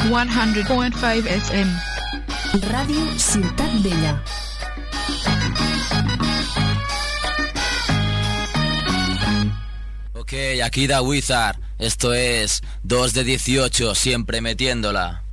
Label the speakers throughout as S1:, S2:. S1: 100.5 FM.
S2: Ràdio Ciutat Vella.
S3: Ok, aquí da Wizard. Esto es 2 de 18, siempre metiéndola.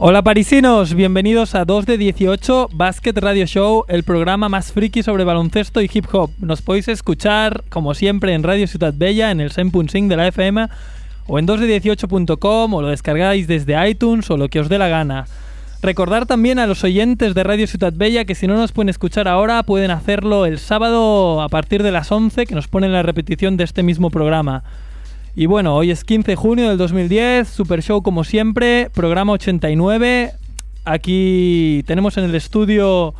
S4: Hola parisinos, bienvenidos a 2 de 18 Basket Radio Show, el programa más friki sobre baloncesto y hip hop. Nos podéis escuchar, como siempre, en Radio Ciudad Bella, en el 100.5 de la FM, o en 2de18.com, o lo descargáis desde iTunes, o lo que os dé la gana. Recordar también a los oyentes de Radio Ciudad Bella que si no nos pueden escuchar ahora, pueden hacerlo el sábado a partir de las 11, que nos ponen la repetición de este mismo programa. Y bueno, hoy es 15 de junio del 2010, Super Show como siempre, programa 89. Aquí tenemos en el estudio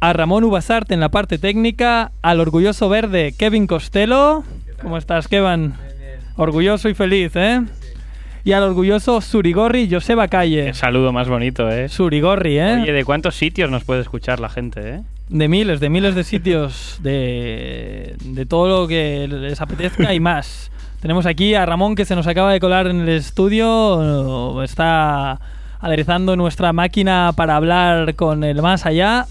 S4: a Ramón Ubasarte en la parte técnica, al orgulloso verde Kevin Costello. ¿Cómo estás, Kevin? Orgulloso y feliz, ¿eh? Y al orgulloso Surigorri Joseba Calle.
S5: Qué saludo más bonito, ¿eh?
S4: Surigorri, ¿eh?
S5: Oye, ¿de cuántos sitios nos puede escuchar la gente, eh?
S4: De miles, de miles de sitios, de, de todo lo que les apetezca y más. Tenemos aquí a Ramón que se nos acaba de colar en el estudio. Está aderezando nuestra máquina para hablar con el más allá.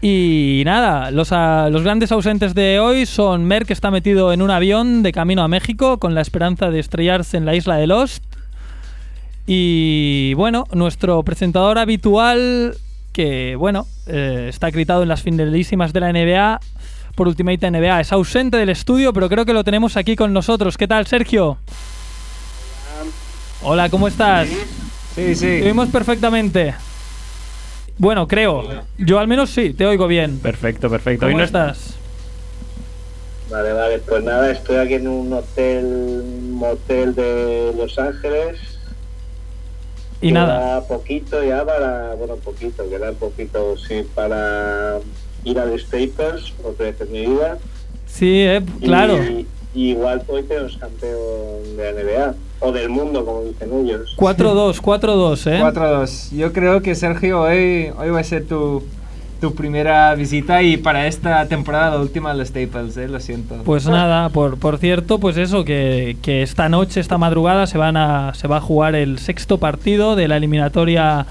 S4: Y nada, los, a- los grandes ausentes de hoy son Mer, que está metido en un avión de camino a México con la esperanza de estrellarse en la isla de Lost. Y bueno, nuestro presentador habitual, que bueno, eh, está acreditado en las finalísimas de la NBA por Ultimate NBA. Es ausente del estudio, pero creo que lo tenemos aquí con nosotros. ¿Qué tal, Sergio? Hola, ¿cómo estás?
S6: Sí,
S4: Te
S6: sí.
S4: oímos perfectamente. Bueno, creo. Yo al menos sí, te oigo bien.
S5: Perfecto, perfecto.
S4: ¿Cómo
S5: Hoy no
S4: estás?
S7: Vale, vale, pues nada, estoy aquí en un hotel, un motel de Los Ángeles.
S4: Y nada.
S7: Queda poquito ya para, bueno, poquito, queda poquito, sí, para ir al Staples, otra vez en mi vida.
S4: Sí, eh,
S7: Y-
S4: claro.
S7: Y, igual hoy tenemos campeón de la NBA, o del mundo, como dicen ellos.
S4: 4-2, 4-2, eh.
S6: 4-2. Yo creo que Sergio, hoy, hoy va a ser tu, tu primera visita y para esta temporada la última de los Staples, eh, lo siento.
S4: Pues nada, por, por cierto, pues eso, que, que esta noche, esta madrugada, se, van a, se va a jugar el sexto partido de la eliminatoria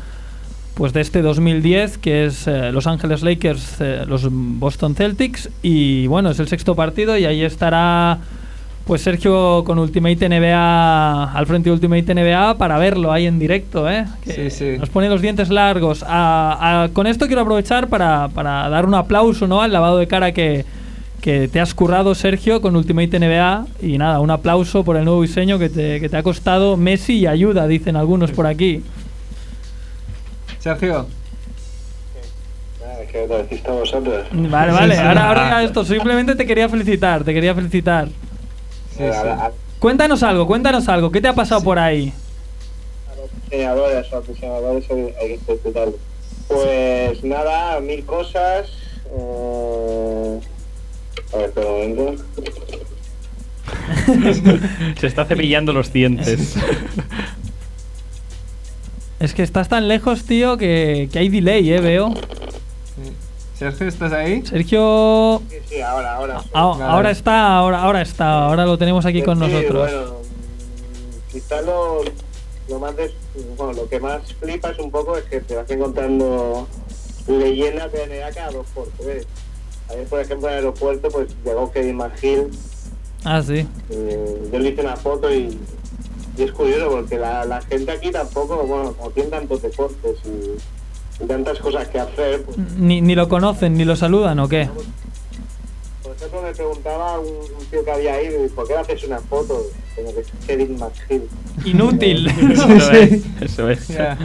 S4: pues de este 2010, que es eh, Los Ángeles Lakers, eh, los Boston Celtics, y bueno, es el sexto partido y ahí estará pues Sergio con Ultimate NBA al frente de Ultimate NBA para verlo ahí en directo, ¿eh? Que
S6: Sí, sí.
S4: Nos pone los dientes largos. A- a- con esto quiero aprovechar para, para dar un aplauso, ¿no? Al lavado de cara que, que te has currado, Sergio, con Ultimate NBA. Y nada, un aplauso por el nuevo diseño que te, que te ha costado Messi y ayuda, dicen algunos por aquí.
S6: Sergio,
S7: Nada, Ah, que lo decís todos vosotros.
S4: Vale, vale. Ahora, ahora ya esto, simplemente te quería felicitar, te quería felicitar.
S6: sí,
S7: Nada,
S6: sí.
S7: a- a-
S4: Cuéntanos algo, cuéntanos algo. ¿Qué te ha pasado por ahí?
S7: a los diseñadores, a los diseñadores hay, hay que felicitarlos. Pues nada, mil cosas. eh, a ver, espera un momento.
S5: Se está cepillando los dientes.
S4: Es que estás tan lejos, tío, que, que hay delay, eh, veo.
S6: sí. Sergio, ¿estás ahí?
S4: Sergio...
S7: Sí, sí, ahora, ahora.
S4: a- ahora está, ahora, ahora está, ahora lo tenemos Ah, aquí con
S7: Sí,
S4: nosotros.
S7: Bueno, mm, quizá lo, lo más des- bueno, lo que más flipas un poco es que te vas encontrando leyendas de NBA cada dos por tres. Ayer, por ejemplo, en el aeropuerto, pues llegó Kevin McGill,
S4: Ah, sí.
S7: eh, yo le hice una foto y, y es curioso porque la, la gente aquí tampoco, bueno, como tiene tantos deportes y, y tantas cosas que hacer, pues
S4: Ni, ni lo conocen, ni lo saludan, ¿o qué?
S7: Por ejemplo, me preguntaba un, un tío que había ido, ¿por qué no haces una foto? Como que es Kevin McGill.
S4: Inútil.
S5: Eso es. Eso es.
S6: Ya.
S7: Eh,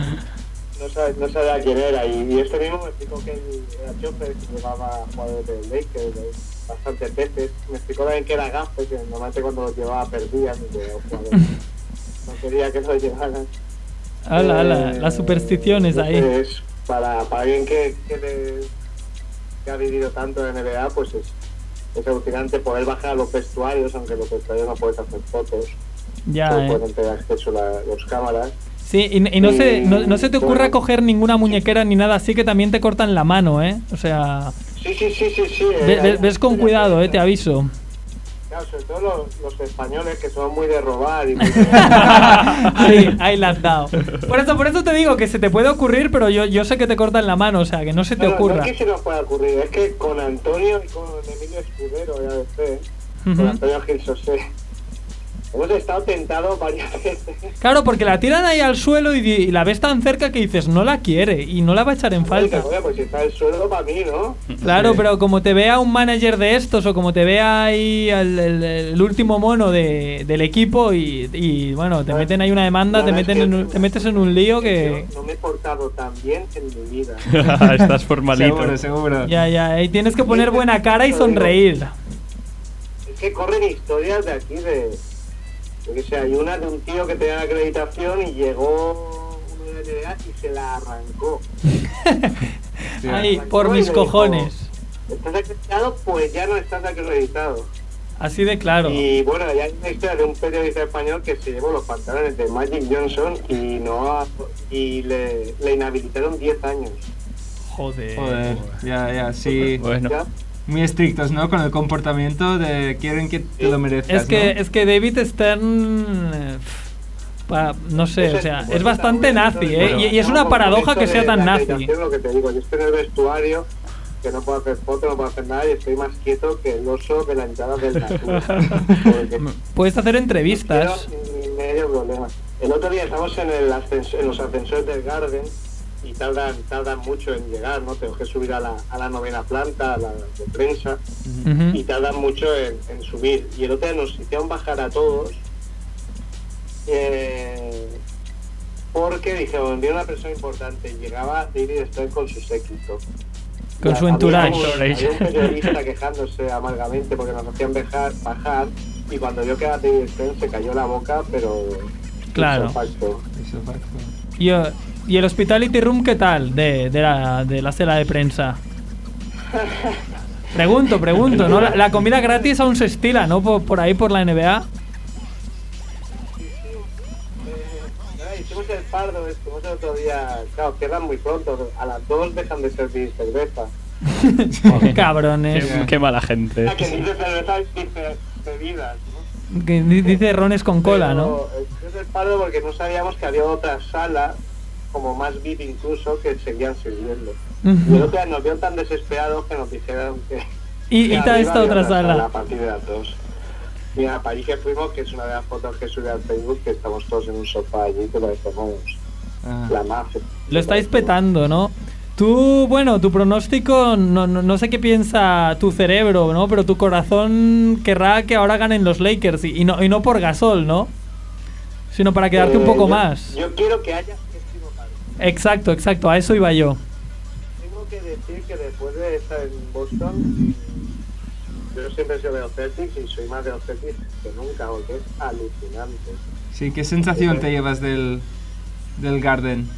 S7: no, sab- no sabía quién era. Y, y este mismo me explicó que él era chofer, que llevaba jugadores de Lakers de- bastantes veces. Me explicó también que era gasto, que normalmente cuando los llevaba perdían y que los jugadores no quería que los llevaran.
S4: Ala, ala,
S7: Eh,
S4: las supersticiones ahí.
S7: entonces, para, para alguien que, que, le- que ha vivido tanto en NBA, pues es, es alucinante poder bajar a los vestuarios, aunque en los vestuarios no puedes hacer fotos,
S4: Ya,
S7: solo
S4: eh.
S7: pueden tener acceso a las cámaras.
S4: Sí, y, y no, se, no, no se te ocurra
S7: Bueno.
S4: coger ninguna muñequera ni nada así que también te cortan la mano, ¿eh? O sea,
S7: Sí, sí, sí, sí, sí.
S4: ve- ve-
S7: eh,
S4: ves con cuidado, ¿eh? Te aviso.
S7: Claro, sobre todo los, los españoles que son muy de robar y muy de-
S4: ahí, ahí la has dado. Por eso, por eso te digo que se te puede ocurrir, pero yo, yo sé que te cortan la mano, o sea, que no se te
S7: No, no,
S4: ocurra.
S7: No es que se nos pueda ocurrir, es que con Antonio y con Emilio Escudero, ya lo sé, con
S4: Ujú.
S7: Antonio Gil Sosé, hemos estado tentados varias veces.
S4: Claro, porque la tiran ahí al suelo y, di- y la ves tan cerca que dices, no la quiere y no la va a echar en falta.
S7: Oye, pues si está el sueldo para mí, ¿no?
S4: Claro, pero como te vea un manager de estos o como te vea ahí el, el- el último mono de- del equipo y, y, bueno, te
S7: No,
S4: meten ahí una demanda,
S7: no,
S4: te,
S7: no, es
S4: meten
S7: que-
S4: en un- te metes en un lío que...
S7: Yo No me he portado tan bien en mi vida.
S5: Estás formalito.
S6: Seguro, seguro.
S4: Ya, ya, y tienes que poner buena cara y sonreír.
S7: Es que corren historias de aquí de... Yo qué sé, hay una de un tío que tenía la acreditación y llegó uno de la NBA y se la arrancó.
S6: Sí.
S4: Ay, por mis cojones.
S7: Estás acreditado, pues ya no estás acreditado.
S4: Así de claro.
S7: Y bueno, ya hay una historia de un periodista español que se llevó los pantalones de Magic Johnson y no ha- y le, le inhabilitaron 10 años.
S4: Joder.
S6: Joder, ya, ya, sí.
S5: Bueno,
S7: ¿Ya?
S6: Muy estrictos, ¿no? Con el comportamiento de quieren que te lo merezcas.
S4: Es que,
S6: ¿no?
S4: es que David Stern. eh, pa- no sé, o
S7: Entonces,
S4: sea,
S7: bueno,
S4: es bastante
S7: está
S4: nazi,
S7: muy
S4: ¿eh?
S7: bien,
S4: Y, y es
S7: estamos
S4: una
S7: con
S4: paradoja
S7: esto
S4: que
S7: de
S4: sea tan
S7: la
S4: nazi.
S7: acreditación, Lo que te digo, yo estoy en el vestuario, que no puedo hacer foto, no puedo hacer nada y estoy más quieto que el oso de la entrada del Natura. Porque no
S4: Puedes hacer entrevistas.
S7: quiero ni medio problema. El otro día estamos en, el ascens- en los ascensores del Garden y tardan, tardan mucho en llegar, ¿no? Tengo que subir a la, a la novena planta, a la de prensa
S4: Ujú.
S7: y tardan mucho en, en subir. Y el otro día nos hicieron bajar a todos eh, porque dijeron, viene una persona importante, y llegaba David Stern con su séquito.
S4: Con
S7: Ya,
S4: su
S7: había
S4: entourage.
S7: un- Había un periodista quejándose amargamente porque nos hacían bajar, bajar y cuando vio que era David Stern se cayó la boca, pero...
S4: Claro.
S7: hizo facto.
S6: Eso, facto.
S4: Y, eh, y el Hospitality Room qué tal de, de la, de la sala de prensa? Pregunto, pregunto, ¿no? La, la comida gratis aún se estila, ¿no? Por, por ahí, por la NBA.
S7: Eh, Hicimos el pardo, estuvimos el otro día, claro, cierran muy pronto, a las 2 dejan de servir cerveza.
S4: Oh, Cabrones.
S5: qué, qué mala gente.
S7: Ah, que dice cerveza dice bebidas, ¿no?
S4: Que di- dice rones con cola, ¿no?
S7: Pero, eh, Es el paro porque no sabíamos que había otra sala, como más VIP incluso, que seguían sirviendo. Y el
S4: Ujú.
S7: otro día nos vieron tan desesperados que nos dijeron que...
S4: Y,
S7: que
S4: y está
S7: arriba
S4: esta
S7: había
S4: otra
S7: A
S4: sala.
S7: partir de las dos. Y a París que fuimos, que es una de las fotos que subí al Facebook, que estamos todos en un sofá allí, que parecemos
S6: Ah.
S7: la mafia.
S4: Lo estáis petando, ¿no? Tú, bueno, tu pronóstico, no, no, no sé qué piensa tu cerebro, ¿no? Pero tu corazón querrá que ahora ganen los Lakers y, y no, y no por gasol, ¿no? Sino para quedarte un
S7: Eh,
S4: poco
S7: yo-
S4: más.
S7: Yo quiero que haya equivocado.
S4: Exacto, exacto, a eso iba yo.
S7: Tengo que decir que después de estar en Boston, yo siempre he sido de los Celtics y soy más de los Celtics que nunca, porque es alucinante.
S6: Sí, ¿qué sensación te llevas del, del Garden?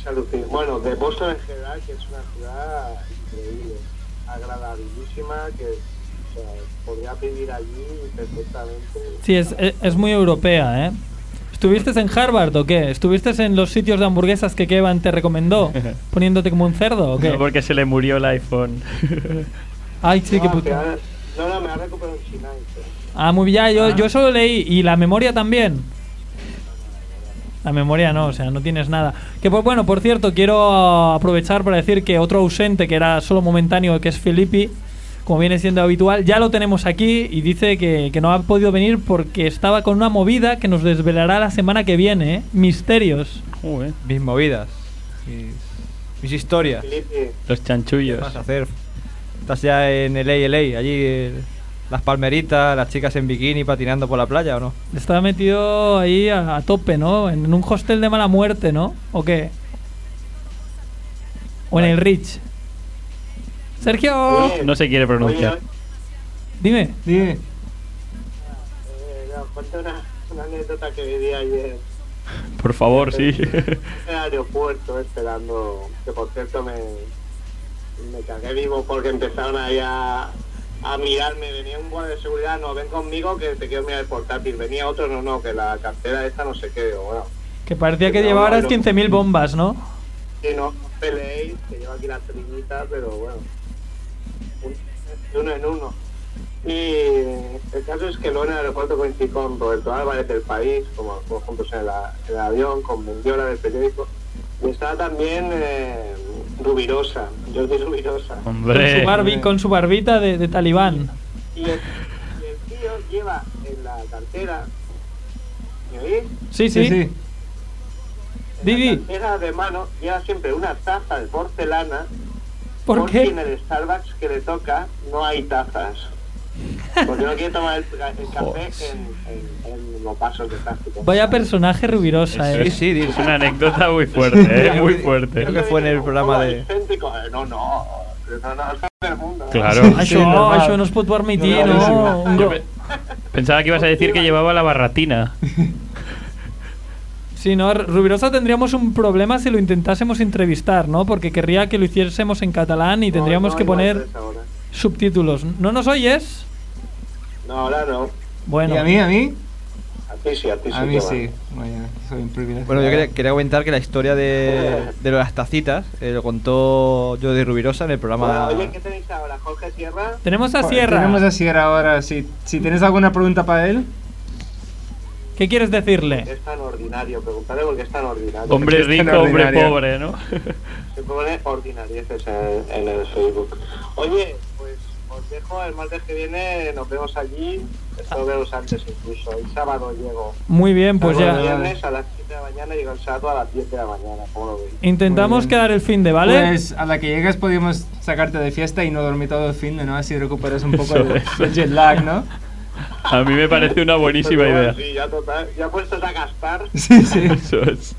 S7: Es alucin- Bueno, de Boston en general, que es una ciudad increíble, agradabilísima, que o sea, podría vivir allí perfectamente.
S4: Sí, es, es, es muy europea, ¿eh? ¿Estuviste en Harvard o qué? ¿Estuviste en los sitios de hamburguesas que Kevan te recomendó? ¿Poniéndote como un cerdo o qué?
S5: No, porque se le murió el iPhone.
S4: Ay, sí, qué
S7: no, que
S4: puta.
S7: ahora- no, no, me ha recuperado un Sinai. pero-
S4: Ah, muy bien, yo, yo solo leí. ¿Y la memoria también? La memoria no, o sea, no tienes nada. Que pues bueno, por cierto, quiero aprovechar para decir que otro ausente que era solo momentáneo, que es Filippi, como viene siendo habitual, ya lo tenemos aquí y dice que, que no ha podido venir porque estaba con una movida que nos desvelará la semana que viene, ¿eh? Misterios.
S5: Uy,
S1: mis movidas, mis, mis historias.
S7: Felipe,
S5: los
S1: ¿Qué vas
S5: chanchullos.
S1: a hacer? Estás ya en el LA, allí eh, Las palmeritas, las chicas en bikini patinando por la playa o no.
S4: Estaba metido ahí a, a tope, ¿no? En un hostel de mala muerte, ¿no? ¿O qué? O en el Rich. Sergio,
S7: Oye,
S5: No se quiere pronunciar.
S7: oye,
S4: dime.
S6: Dime.
S7: eh, no, cuenta una, una anécdota que viví ayer.
S5: Por favor, sí.
S7: en el aeropuerto esperando, que por cierto me, me cagué vivo porque empezaron ahí a, a mirarme, venía un guardia de seguridad, no, ven conmigo que te quiero mirar el portátil, venía otro, no, no, que la cartera esta no sé qué, digo, bueno,
S4: Que parecía que
S7: No,
S4: llevaras
S7: no.
S4: 15.000 bombas, ¿no?
S7: que no os peleéis, que llevo aquí las triñitas, pero bueno, un- de uno en uno. Y el caso es que luego en el aeropuerto coincidí con Roberto Álvarez del país, como como juntos en, la- en el avión, con Mendiola del periódico, y estaba también eh, Rubirosa, Jordi Rubirosa.
S4: Con
S5: Hombre.
S4: su, barbi- con su barbita de, de talibán.
S7: Y el, y el tío lleva en la cartera, ¿me oís?
S4: Sí,
S6: Sí,
S4: sí.
S6: sí.
S7: En la
S4: Didi.
S7: cartera de mano lleva siempre una taza de porcelana
S4: ¿Por
S7: porque en
S4: qué?
S7: el Starbucks que le toca no hay tazas. Porque no quiere tomar el, el café en, en- en los vasos de plástico.
S4: Vaya personaje rubirosa,
S5: Eso
S4: ¿eh?
S1: Sí, sí, di-
S5: Es una anécdota muy fuerte, ¿eh? muy fuerte.
S1: Creo que fue en el programa de-
S7: Excéntrico. Eh, No, no. No, no, no, del mundo.
S5: Claro.
S4: Això,
S6: normal.
S4: això no es pot permitir,
S6: No,
S4: no?
S6: no,
S4: no,
S6: no.
S8: Oh,
S4: Un
S5: Yo
S4: go-
S5: pe- pensaba que ibas a decir que llevaba la barratina.
S4: Sí, no, Rubirosa tendríamos un problema si lo intentásemos entrevistar, ¿no? Porque querría que lo hiciésemos en catalán y
S7: No,
S4: tendríamos
S7: no
S4: que
S7: hay
S4: poner
S7: voces ahora.
S4: subtítulos. ¿No nos oyes?
S7: No, ahora no.
S4: Bueno,
S6: ¿Y a mí? ¿A mí?
S7: A ti sí, a ti sí.
S6: A mí
S7: que va.
S6: sí. Vaya, soy un privilegiado.
S1: Bueno, yo quería, quería comentar que la historia de, de las tacitas eh, lo contó Jordi Rubirosa en el programa.
S7: Bueno, oye, ¿qué tenéis ahora? ¿Jorge Sierra?
S4: tenemos a
S6: Jo-
S4: Sierra.
S6: Tenemos a Sierra ahora. Si, si tienes alguna pregunta para él.
S4: ¿Qué quieres decirle?
S7: Es tan ordinario, preguntarle por qué es tan ordinario.
S5: Hombre
S6: Es tan
S5: rico, hombre
S6: ordinario.
S5: pobre, ¿no?
S7: Se pone ordinarieces en, en el Facebook. Oye, pues os dejo el martes que viene, nos vemos allí. Esto vemos antes incluso. El sábado llego.
S4: Muy bien,
S6: Ah,
S4: pues
S7: Salgo
S4: ya.
S7: El viernes a las 7 de la mañana y llego el sábado a las 10 de la mañana, como lo veis.
S4: Intentamos
S6: Muy bien.
S4: quedar el fin de, ¿vale?
S6: Pues a la que llegas podemos sacarte de fiesta y no dormir todo el fin de ¿no? Así recuperas un poco
S5: Eso
S6: el,
S5: es.
S6: el jet lag, ¿no?
S5: A mí me parece una buenísima
S7: Pues, bueno,
S5: idea.
S7: Sí, ya total. Ya puestos a gastar.
S6: Sí, sí.
S5: Eso es.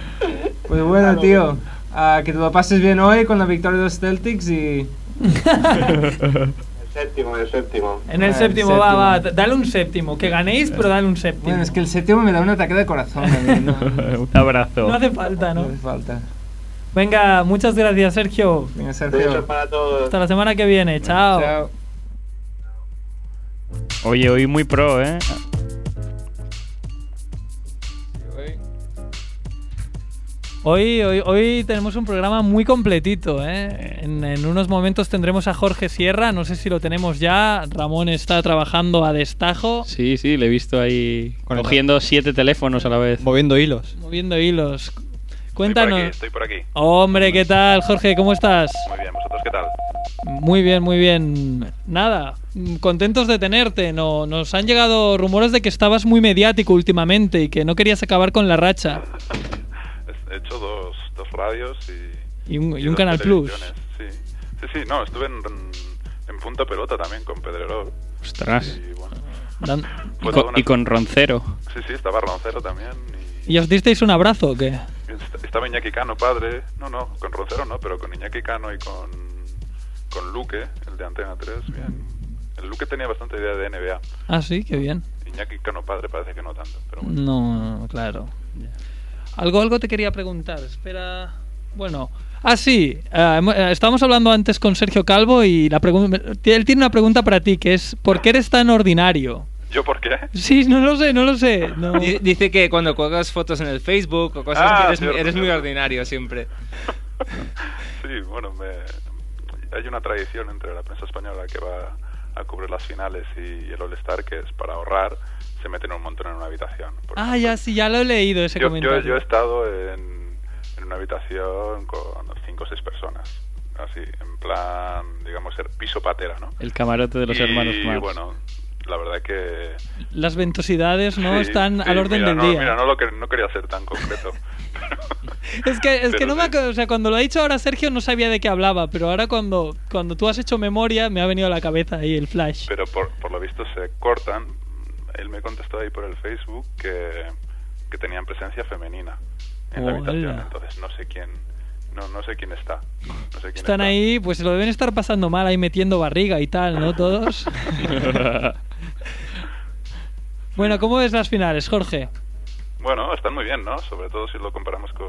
S6: Pues bueno, tío. ah, que te lo pases bien hoy con la victoria de los Celtics y...
S7: El séptimo, el séptimo.
S4: en el
S6: Ah, el
S4: séptimo, va,
S6: séptimo.
S4: va. Dale un séptimo. Que ganéis, pero dale un séptimo.
S6: Bueno, es que el séptimo me da un ataque de corazón a mí, ¿no?
S5: Un abrazo.
S4: No hace falta,
S6: No
S4: ¿no?
S6: hace falta.
S4: Venga, muchas gracias, Sergio.
S6: Venga,
S7: Besos
S6: Sergio.
S7: para todos.
S4: Hasta la semana que viene. Chao.
S6: Chao.
S5: Oye, hoy muy pro, ¿eh?
S4: Hoy, hoy, hoy tenemos un programa muy completito. ¿eh? En, en unos momentos tendremos a Jorge Sierra. No sé si lo tenemos ya. Ramón está trabajando a destajo,
S5: Sí, sí, le he visto ahí
S1: Con el-
S5: cogiendo siete teléfonos a la vez.
S1: Moviendo hilos.
S4: moviendo hilos. Cuéntanos.
S9: Estoy por aquí, estoy por aquí.
S4: Hombre, ¿qué tal, Jorge? ¿Cómo estás?
S9: Muy bien, ¿vosotros qué tal?
S4: Muy bien, muy bien. Nada, mm, contentos de tenerte. No, nos han llegado rumores de que estabas muy mediático últimamente y que no querías acabar con la racha.
S9: He hecho dos, dos radios y...
S4: Y un- y un
S9: dos
S4: Canal Plus.
S9: televisiones, Sí. sí, sí, no, estuve en, en Punta Pelota también con Pedrerol.
S5: Ostras.
S9: Y bueno,
S4: Dan-
S5: Y
S9: fue toda
S5: con,
S9: Pues una-
S5: y con Roncero.
S9: Sí, sí, estaba Roncero también. Y,
S4: ¿Y os disteis un abrazo o qué?
S9: est- Estaba Iñaki Cano, padre. No, no, con Roncero no, pero con Iñaki Cano y con, con Luque, el de Antena 3, bien. El Luque tenía bastante idea de NBA.
S4: Ah, sí, qué bien.
S9: Iñaki Cano, padre, parece que no tanto, pero bueno.
S4: No, no, claro. Algo, algo te quería preguntar. Espera. Bueno. Ah, sí. eh, hemo- eh, estábamos hablando antes con Sergio Calvo y la pregun- él tiene una pregunta para ti, que es ¿por qué eres tan ordinario?
S8: Mm.
S9: ¿Yo por qué?
S4: Sí, no lo sé, no lo sé. no.
S8: Di- Dice que cuando colgas fotos en el Facebook o cosas
S9: Ah,
S8: que eres,
S9: cierto,
S8: eres muy
S9: cierto.
S8: ordinario siempre.
S9: Sí, bueno, me- hay una tradición entre la prensa española que va a cubrir las finales y el All-Star que es para ahorrar, se meten un montón en una habitación. Por
S4: Ah,
S9: ejemplo,
S4: ya sí, ya lo he leído ese
S9: yo, yo,
S4: comentario.
S9: yo he estado en, en una habitación con cinco o seis personas, así, en plan, digamos, ser piso patera, ¿no?
S5: El camarote de los hermanos
S9: y
S5: Marx.
S9: bueno, la verdad que...
S4: Las ventosidades no
S9: sí,
S4: están
S9: sí,
S4: al orden
S9: mira,
S4: del
S9: no,
S4: día.
S9: Mira, no, lo que, no quería ser tan concreto.
S4: Es que, es que
S9: Pero
S4: no me
S9: sí.
S4: acuerdo, o sea, cuando lo ha dicho ahora Sergio no sabía de qué hablaba, pero ahora cuando, cuando tú has hecho memoria me ha venido a la cabeza ahí el flash.
S9: Pero por, por lo visto se cortan. Él me contestó ahí por el Facebook que, que tenían presencia femenina en la habitación.
S4: Hola.
S9: Entonces no sé quién, no, no sé quién está. No sé quién
S4: Están
S9: está.
S4: ahí, pues lo deben estar pasando mal ahí metiendo barriga y tal, ¿no? Todos. bueno, ¿cómo ves las finales, Jorge?
S9: Bueno, están muy bien, ¿no? Sobre todo si lo comparamos con,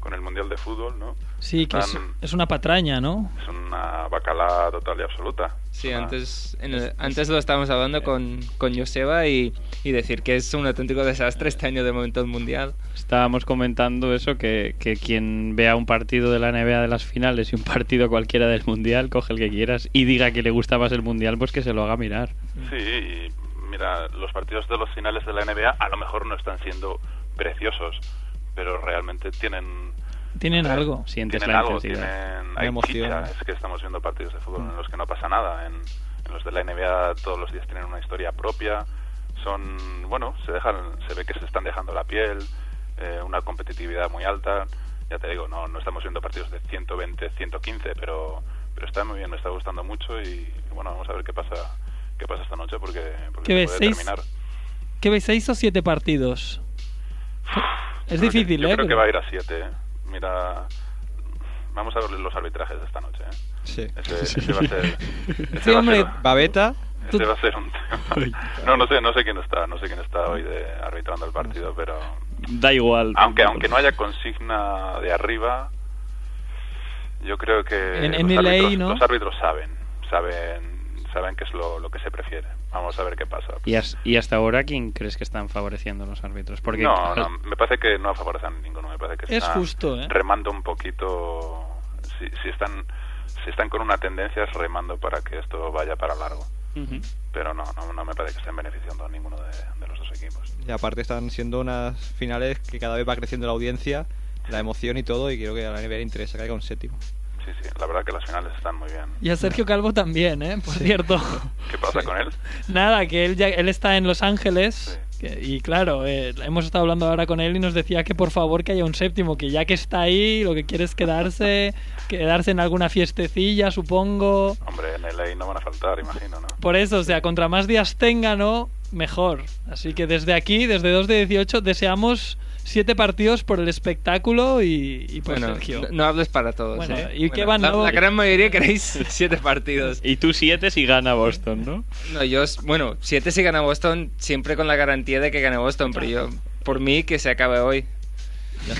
S9: con el Mundial de Fútbol, ¿no?
S4: Sí, que es,
S9: Están-
S4: es una patraña, ¿no?
S9: Es una bacala total y absoluta.
S8: Sí,
S9: Es una-
S8: antes, en el- antes lo estábamos hablando con, con Joseba y, y decir que es un auténtico desastre este año de momento el mundial.
S5: Estábamos comentando eso, que, que quien vea un partido de la NBA de las finales y un partido cualquiera del Mundial, coge el que quieras y diga que le gusta más el Mundial, pues que se lo haga mirar.
S9: Sí, y mira, los partidos de los finales de la NBA a lo mejor no están siendo preciosos, pero realmente tienen
S4: Tienen
S9: Eh,
S4: algo.
S5: Sientes
S9: tienen
S5: la
S9: algo,
S5: intensidad.
S9: tienen-
S1: La
S9: hay
S1: emoción.
S9: chicha, Es que estamos viendo partidos de fútbol en los que no pasa nada. En, en los de la NBA todos los días tienen una historia propia. Son, bueno, se dejan, se ve que se están dejando la piel, eh, una competitividad muy alta. Ya te digo, no, no estamos viendo partidos de 120, 115, pero, pero está muy bien, me está gustando mucho y, bueno, vamos a ver qué pasa, qué pasa esta noche porque, porque
S4: ¿Qué
S9: se
S4: ves,
S9: puede
S4: seis?
S9: terminar.
S4: ¿Qué veis? ¿Seis o siete partidos? Es
S9: Creo que-
S4: difícil,
S9: yo
S4: ¿eh?
S9: creo que
S4: Pero-
S9: va a ir a 7. ¿eh? Mira, vamos a ver los arbitrajes de esta noche. ¿eh?
S1: Sí.
S9: Ese, ese va a ser. ese
S4: Sí,
S9: va a
S4: hombre.
S9: ser-
S1: Babeta,
S9: ese va a ser un tema. No, no sé, no sé quién está, no sé quién está hoy de, arbitrando el partido, pero
S5: Da igual.
S9: aunque aunque no haya consigna de arriba, yo creo que
S4: En
S9: los,
S4: NLA,
S9: árbitros,
S4: ¿no?
S9: los árbitros saben, saben, saben qué es lo, lo que se prefiere. Vamos a ver qué pasa.
S5: Y, as- y hasta ahora, ¿quién crees que están favoreciendo los árbitros? Porque
S9: no, no, me parece que no favorecen a ninguno, me parece que
S4: Es
S9: están
S4: justo, ¿eh?
S9: remando un poquito, si, si están si están con una tendencia es remando para que esto vaya para largo.
S5: Ujú.
S9: pero no, no, no me parece que estén beneficiando a ninguno de, de los dos equipos.
S1: y aparte están siendo unas finales que cada vez va creciendo la audiencia, la emoción y todo, y creo que a la NBA le interesa que caiga un séptimo.
S9: Sí, sí, la verdad que las finales están muy bien.
S4: Y a Sergio Calvo también, ¿eh? Por cierto.
S9: ¿Qué pasa con él?
S4: Nada, que él, ya, él está en Los Ángeles que- y claro, eh, hemos estado hablando ahora con él y nos decía que por favor que haya un séptimo, que ya que está ahí, lo que quiere es quedarse, quedarse en alguna fiestecilla, supongo.
S9: Hombre, en LA no van a faltar, imagino, ¿no?
S4: Por eso, o sea, contra más días tenga, ¿no? Mejor. Así que desde aquí, desde 2 de 18, deseamos siete partidos por el espectáculo y, y por
S8: Bueno,
S4: Sergio.
S8: no, no hables para todos.
S4: Bueno,
S8: ¿eh?
S4: ¿y qué van,
S8: la,
S4: no?
S8: la gran mayoría queréis siete partidos.
S5: Y tú siete si gana Boston, ¿no?
S8: No, yo, s- bueno, siete si gana Boston, siempre con la garantía de que gane Boston, pero yo, por mí, que se acabe hoy.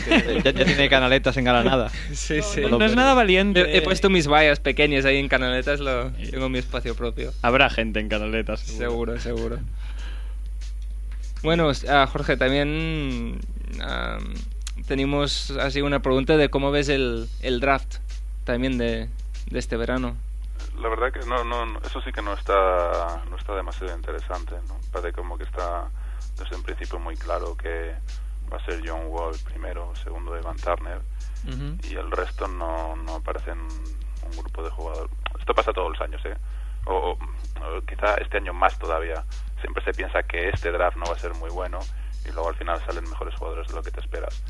S1: Eh, ya, ya tiene canaletas engalanadas.
S8: Sí, sí.
S4: No, no es nada valiente.
S8: He, he puesto mis vallas pequeñas ahí en canaletas, lo, tengo mi espacio propio.
S5: Habrá gente en canaletas. seguro.
S8: Seguro, seguro. Bueno, s- ah, Jorge, también am, tenemos así una pregunta de cómo ves el, el draft también de, de este verano.
S9: La verdad que no, no, no, eso sí que no está, no está demasiado interesante, ¿no? Parece como que está desde un principio muy claro que va a ser John Wall primero, segundo Evan Turner,
S4: Ujú.
S9: y el resto no, no aparecen un grupo de jugadores. Esto pasa todos los años, ¿eh? O, o- o quizá este año más todavía. Siempre se piensa que este draft no va a ser muy bueno y luego al final salen mejores jugadores de lo que te esperas.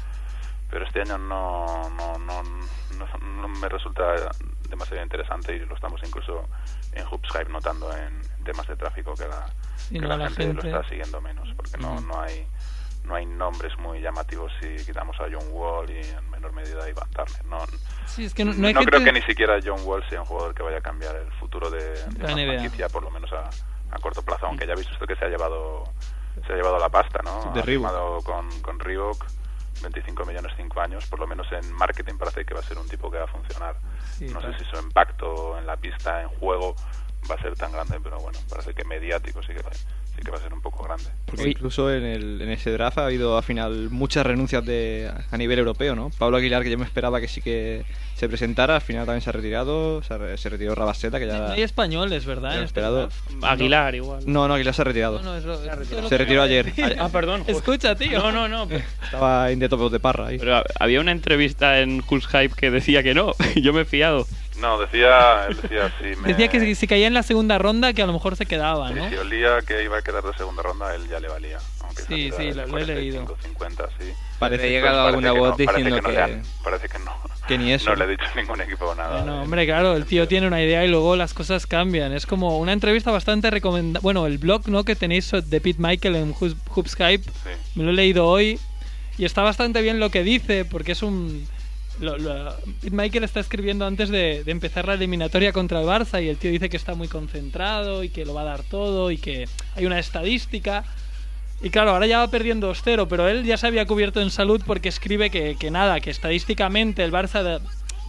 S9: Pero este año no, no, no, no- no me resulta demasiado interesante y lo estamos incluso en Hubskype notando en temas de tráfico que la,
S4: Y
S9: que
S4: no
S9: la,
S4: la
S9: gente,
S4: gente.
S9: lo está siguiendo menos porque no, no hay no hay nombres muy llamativos si quitamos a John Wall y en menor medida a Ivan Turner. No,
S4: Sí, es que no, no hay
S9: no
S4: gente-
S9: creo que ni siquiera John Wall sea un jugador que vaya a cambiar el futuro de, de
S4: La
S9: una
S4: NBA.
S9: franquicia, por lo menos a, a corto plazo, aunque ya habéis visto que se ha llevado se ha llevado la pasta, ¿no?
S1: De
S9: ha
S1: Reebok.
S9: firmado con, con Reebok 25 millones 5 años, por lo menos en marketing parece que va a ser un tipo que va a funcionar.
S4: Sí,
S9: no
S4: claro.
S9: sé si su impacto en la pista, en juego, va a ser tan grande, pero bueno, parece que mediático sí que va, sí que va a ser un poco grande.
S1: Porque
S8: Uy.
S1: Pues incluso en, el, en ese draft ha habido al final muchas renuncias de, a nivel europeo, ¿no? Pablo Aguilar, que yo me esperaba que sí que se presentara, al final también se ha retirado, se, ha re- se retiró Rabaseta, que
S4: No
S1: ya...
S4: hay españoles, ¿verdad?
S1: ya
S4: En
S1: lo
S4: este
S1: esperado.
S4: draft.
S5: Aguilar igual.
S1: No, no, Aguilar se ha retirado.
S4: No, no, es lo- esto es lo
S1: Se
S4: que
S1: retiró
S4: acabo de
S1: ayer.
S4: decir.
S5: Ah, perdón. joder.
S4: Escucha, tío.
S5: No, no, no. pero- ah,
S1: Estaba en de tope de parra ahí.
S5: Pero había una entrevista en Hulk Hype que decía que no. Yo me he fiado.
S9: No, decía, él decía si me...
S4: Decía que si, si caía en la segunda ronda, que a lo mejor se
S8: Ah,
S4: quedaba,
S9: Sí,
S4: ¿no?
S9: Si olía que iba a quedar de segunda ronda, él ya le valía. Aunque esa
S8: Sí,
S9: ciudad
S8: sí,
S9: es
S8: lo- lo he leído.
S9: 45, 50, sí.
S1: Parece
S8: Ha llegado
S9: Pues
S8: alguna
S9: parece
S8: voz
S9: que no,
S8: diciendo
S9: parece
S8: que...
S9: que no, le han- parece que no.
S1: Que ni eso.
S9: No le ha dicho ningún equipo nada. eh.
S4: No,
S9: de-
S4: hombre, claro, el tío tiene una idea y luego las cosas cambian. Es como una entrevista bastante recomendada. Bueno, el blog ¿no? que tenéis de Pete Michael en Hoops Hoops Hype,
S9: Sí.
S4: me lo he leído hoy y está bastante bien lo que dice porque es un... lo- lo- Pete Michael está escribiendo antes de, de empezar la eliminatoria contra el Barça y el tío dice que está muy concentrado y que lo va a dar todo y que hay una estadística. Y claro, ahora ya va perdiendo 2-0, pero él ya se había cubierto en salud porque escribe que, que nada, que estadísticamente el Barça da-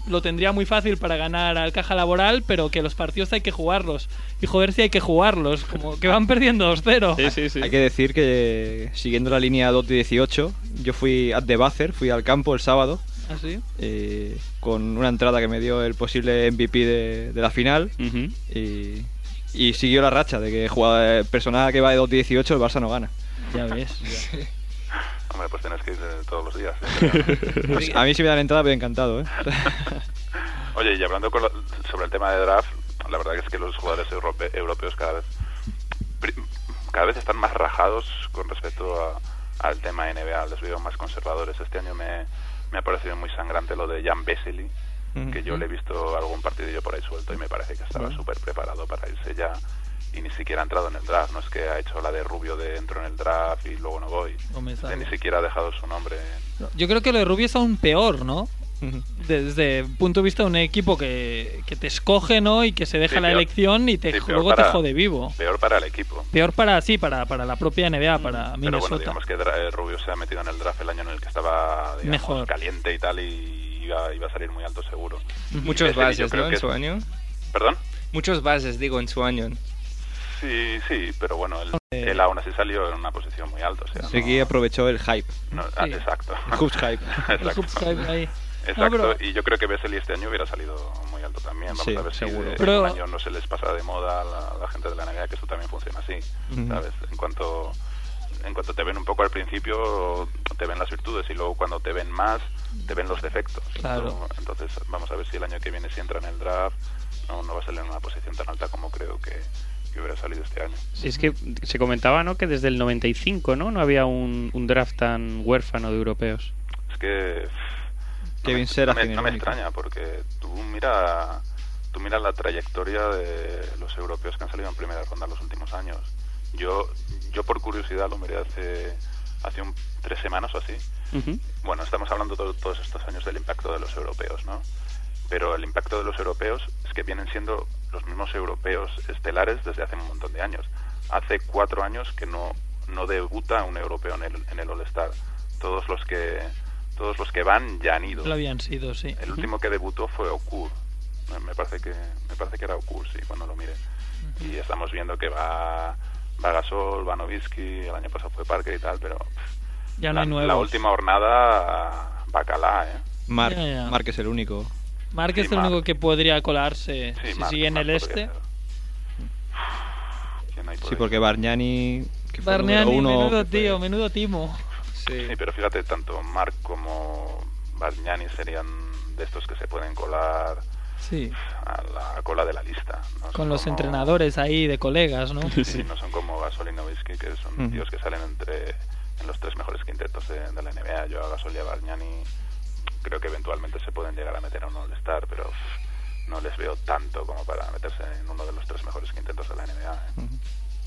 S4: lo tendría muy fácil para ganar al caja laboral, pero que los partidos hay que jugarlos. Y joder si hay que jugarlos, como que van perdiendo 2-0.
S5: Sí, sí, sí.
S1: Hay que decir que siguiendo la línea 2 de 18, yo fui at the buzzer, fui al campo el sábado
S4: ¿Así?
S1: eh, con una entrada que me dio el posible MVP de, de la final
S5: Ujú.
S1: y, y siguió la racha de que jugada, persona que va de 2-18 el Barça no gana.
S4: Ya ves.
S9: Hombre, pues tienes que ir eh, todos los días.
S1: Pues a mí si me dan entrada me encantado, ¿eh?
S9: Oye, y hablando con la- sobre el tema de draft, la verdad que es que los jugadores europe- europeos cada vez pri- cada vez están más rajados con respecto a- al tema NBA, los veo más conservadores. Este año me, me ha parecido muy sangrante lo de Jan Vesely, que yo le he visto algún partidillo por ahí suelto y me parece que estaba súper preparado para irse ya y ni siquiera ha entrado en el draft. No es que ha hecho la de Rubio de entro en el draft y luego no voy.
S4: Gómez
S9: Que ni
S4: Álvarez.
S9: siquiera ha dejado su nombre en-
S4: Yo creo que lo de Rubio es aún peor, ¿no? Desde el punto de vista de un equipo que, que te escoge, ¿no? Y que se deja
S9: Sí,
S4: la
S9: peor.
S4: elección y te,
S9: Sí, peor
S4: luego te
S9: para-
S4: jode vivo.
S9: Peor para el equipo.
S4: Peor para, sí, para, para la propia NBA, para
S9: Mm, Pero bueno,
S4: Minnesota.
S9: digamos que Dra- eh, Rubio se ha metido en el draft el año en el que estaba digamos,
S4: Mejor.
S9: caliente y tal y iba, iba a salir muy alto seguro.
S8: Muchos
S9: Ese yo
S8: bases,
S9: creo
S8: ¿no?
S9: que
S8: En su
S9: es-
S8: año.
S9: ¿Perdón?
S8: Muchos bases, digo, en su año.
S9: Sí, sí, pero bueno, él,
S8: Eh.
S9: él aún así salió en una posición muy alta. O sea,
S1: Así que
S9: no-
S1: aprovechó el hype,
S9: no- ah,
S4: sí.
S9: Exacto.
S1: el hoops hype.
S4: El
S9: exacto.
S4: Hoops Hype ahí.
S9: Exacto,
S4: pero-
S9: y yo creo que Vesely este año hubiera salido muy alto también. Vamos
S1: Sí,
S9: a ver
S1: seguro.
S9: si de-
S4: Pero-
S9: en un año no se les pasa de moda a la, a la gente de la NBA, que eso también funciona así.
S1: Ujú.
S9: ¿sabes? En cuanto, en cuanto te ven un poco al principio, te ven las virtudes y luego cuando te ven más, te ven los defectos.
S4: Claro.
S9: Entonces, vamos a ver si el año que viene, si entra en el draft, no, no va a salir en una posición tan alta como creo que, que hubiera salido este año.
S5: Sí, es que se comentaba, ¿no? Que desde el 95, ¿no? No había un, un draft tan huérfano de europeos.
S9: Es que. pff,
S1: Kevin
S9: no me-
S1: Serafin
S9: no me,
S1: el
S9: no me
S1: único.
S9: extraña, porque tú mira, tú mira la trayectoria de los europeos que han salido en primera ronda en los últimos años. Yo, yo por curiosidad, lo miré hace, hace un, tres semanas o así.
S5: Ujú.
S9: Bueno, estamos hablando to- todos estos años del impacto de los europeos, ¿no? Pero el impacto de los europeos es que vienen siendo los mismos europeos estelares desde hace un montón de años. Hace cuatro años que no, no debuta un europeo en el, en el All-Star. Todos los que todos los que van ya han ido.
S4: Lo habían sido, sí.
S9: El último que debutó fue Okur. Me- Me parece que me parece que era Okur, sí, cuando lo mire. Y estamos viendo que va, va Gasol, va Nowitzki, el año pasado fue Parker y tal, pero pff,
S4: Ya no
S9: la,
S4: hay nuevos.
S9: la última hornada Bacalá, ¿eh?
S1: Mark,
S4: Ya, ya.
S1: Mark es el único.
S4: Mark es
S9: Sí,
S4: el único
S9: Mark.
S4: que podría colarse
S9: Sí,
S4: si
S9: Marc,
S4: sigue en
S9: Marc
S4: el
S9: podría
S4: este.
S9: ser. ¿Quién hay por
S8: Pues.
S1: Sí,
S9: ahí?
S1: porque Bargnani... que fue el número
S4: Barneani,
S1: uno,
S4: menudo
S1: que fue-
S4: tío, menudo timo.
S8: Sí.
S9: Sí, pero fíjate, tanto Mark como Bargnani serían de estos que se pueden colar
S4: Sí,
S9: a la cola de la lista. ¿no?
S4: con
S9: Son
S4: los
S9: como-
S4: entrenadores ahí de colegas, ¿no?
S9: Sí, no son como Gasol y Nowitzki, que son
S1: Ujú.
S9: tíos que salen entre en los tres mejores quintetos de, de la NBA. Yo a Gasol y a Bargnani creo que eventualmente se pueden llegar a meter a un All-Star, pero pff, no les veo tanto como para meterse en uno de los tres mejores quintetos de la NBA. ¿eh?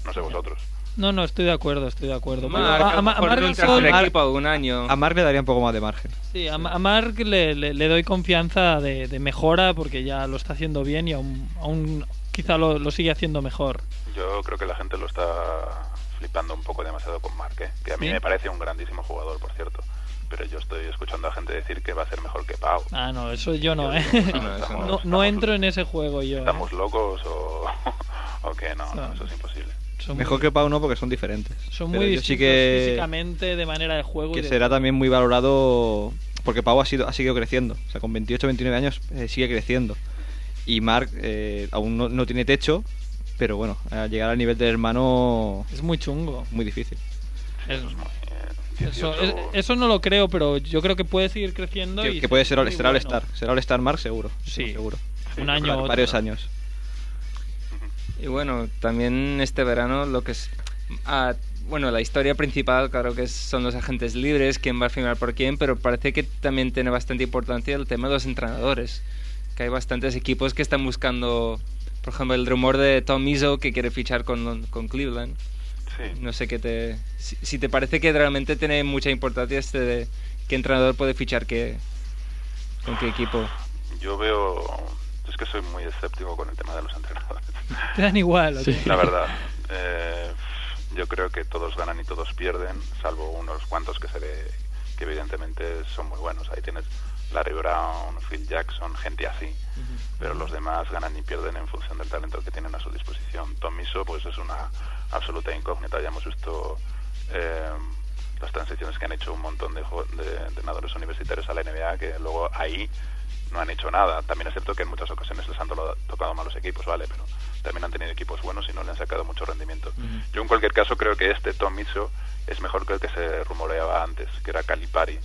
S9: No sé vosotros.
S4: No, no, estoy de acuerdo, estoy de acuerdo. Pero
S8: Marc,
S4: a- a
S8: a lo
S4: Ma- a
S8: mejor
S4: Marc
S8: de un
S4: Gasol-
S8: tercer
S4: Marc-
S8: equipo a un año.
S1: A Mark le daría un poco más de margen.
S4: sí, a, Ma- a Marc le, le- le doy confianza de, de mejora porque ya lo está haciendo bien y aún, aún quizá lo, lo sigue haciendo mejor.
S9: Yo creo que la gente lo está flipando un poco demasiado con Marque, que a mí
S4: ¿Sí?
S9: me parece un grandísimo jugador, por cierto. Pero yo estoy escuchando a gente decir que va a ser mejor que Pau.
S4: Ah, no, eso yo
S9: Yo
S4: no, ¿eh?
S9: digo,
S8: no, eso
S9: estamos-
S4: No, no
S9: estamos-
S4: entro en ese juego yo. ¿eh?
S9: ¿Estamos locos o, o qué? No, no,
S4: No.
S9: eso es imposible.
S4: Son muy-
S1: Mejor que Pau no porque son diferentes.
S4: Son
S1: Pero
S4: muy
S1: yo
S4: distintos
S1: sí que,
S4: físicamente, de manera de juego. y
S1: que
S4: de-
S1: será también muy valorado porque Pau ha, sido, ha seguido creciendo. O sea, con 28, 29 años eh, sigue creciendo. Y Mark eh, aún no, no tiene techo, pero bueno, a llegar al nivel del hermano
S4: Es muy chungo.
S1: muy difícil.
S4: Es-
S9: Eh,
S4: eso,
S9: 18
S4: es- eso no lo creo, pero yo creo que puede seguir creciendo.
S1: Que,
S4: y
S1: que puede ser
S4: muy
S1: all, será
S4: bueno.
S1: All-Star. Será All-Star Mark seguro.
S4: Sí.
S1: seguro.
S4: un año o otro.
S1: varios años.
S8: Ujú. Y bueno, también este verano lo que es... ah, bueno, la historia principal claro que es- son los agentes libres, quién va a firmar por quién, pero parece que también tiene bastante importancia el tema de los entrenadores, que hay bastantes equipos que están buscando, por ejemplo, el rumor de Tom Izzo que quiere fichar con, con Cleveland.
S9: Sí.
S8: No sé qué te... Si, si te parece que realmente tiene mucha importancia este de qué entrenador puede fichar qué, con qué equipo.
S9: Yo veo. Es que soy muy escéptico con el tema de los entrenadores.
S4: Te dan igual. ¿o qué?
S9: La verdad. Eh, yo creo que todos ganan y todos pierden, salvo unos cuantos que se ve que evidentemente son muy buenos. Ahí tienes Larry Brown, Phil Jackson, gente así. Pero los demás ganan y pierden en función del talento que tienen a su disposición. Tom Izzo, pues es una absoluta incógnita. Ya hemos visto eh, las transiciones que han hecho un montón de, jo- de entrenadores universitarios a la NBA que luego ahí no han hecho nada. También es cierto que en muchas ocasiones les han tolo- tocado malos equipos, ¿vale? Pero también han tenido equipos buenos y no le han sacado mucho rendimiento. Yo en cualquier caso creo que este Tom Izzo es mejor que el que se rumoreaba antes, que era Calipari,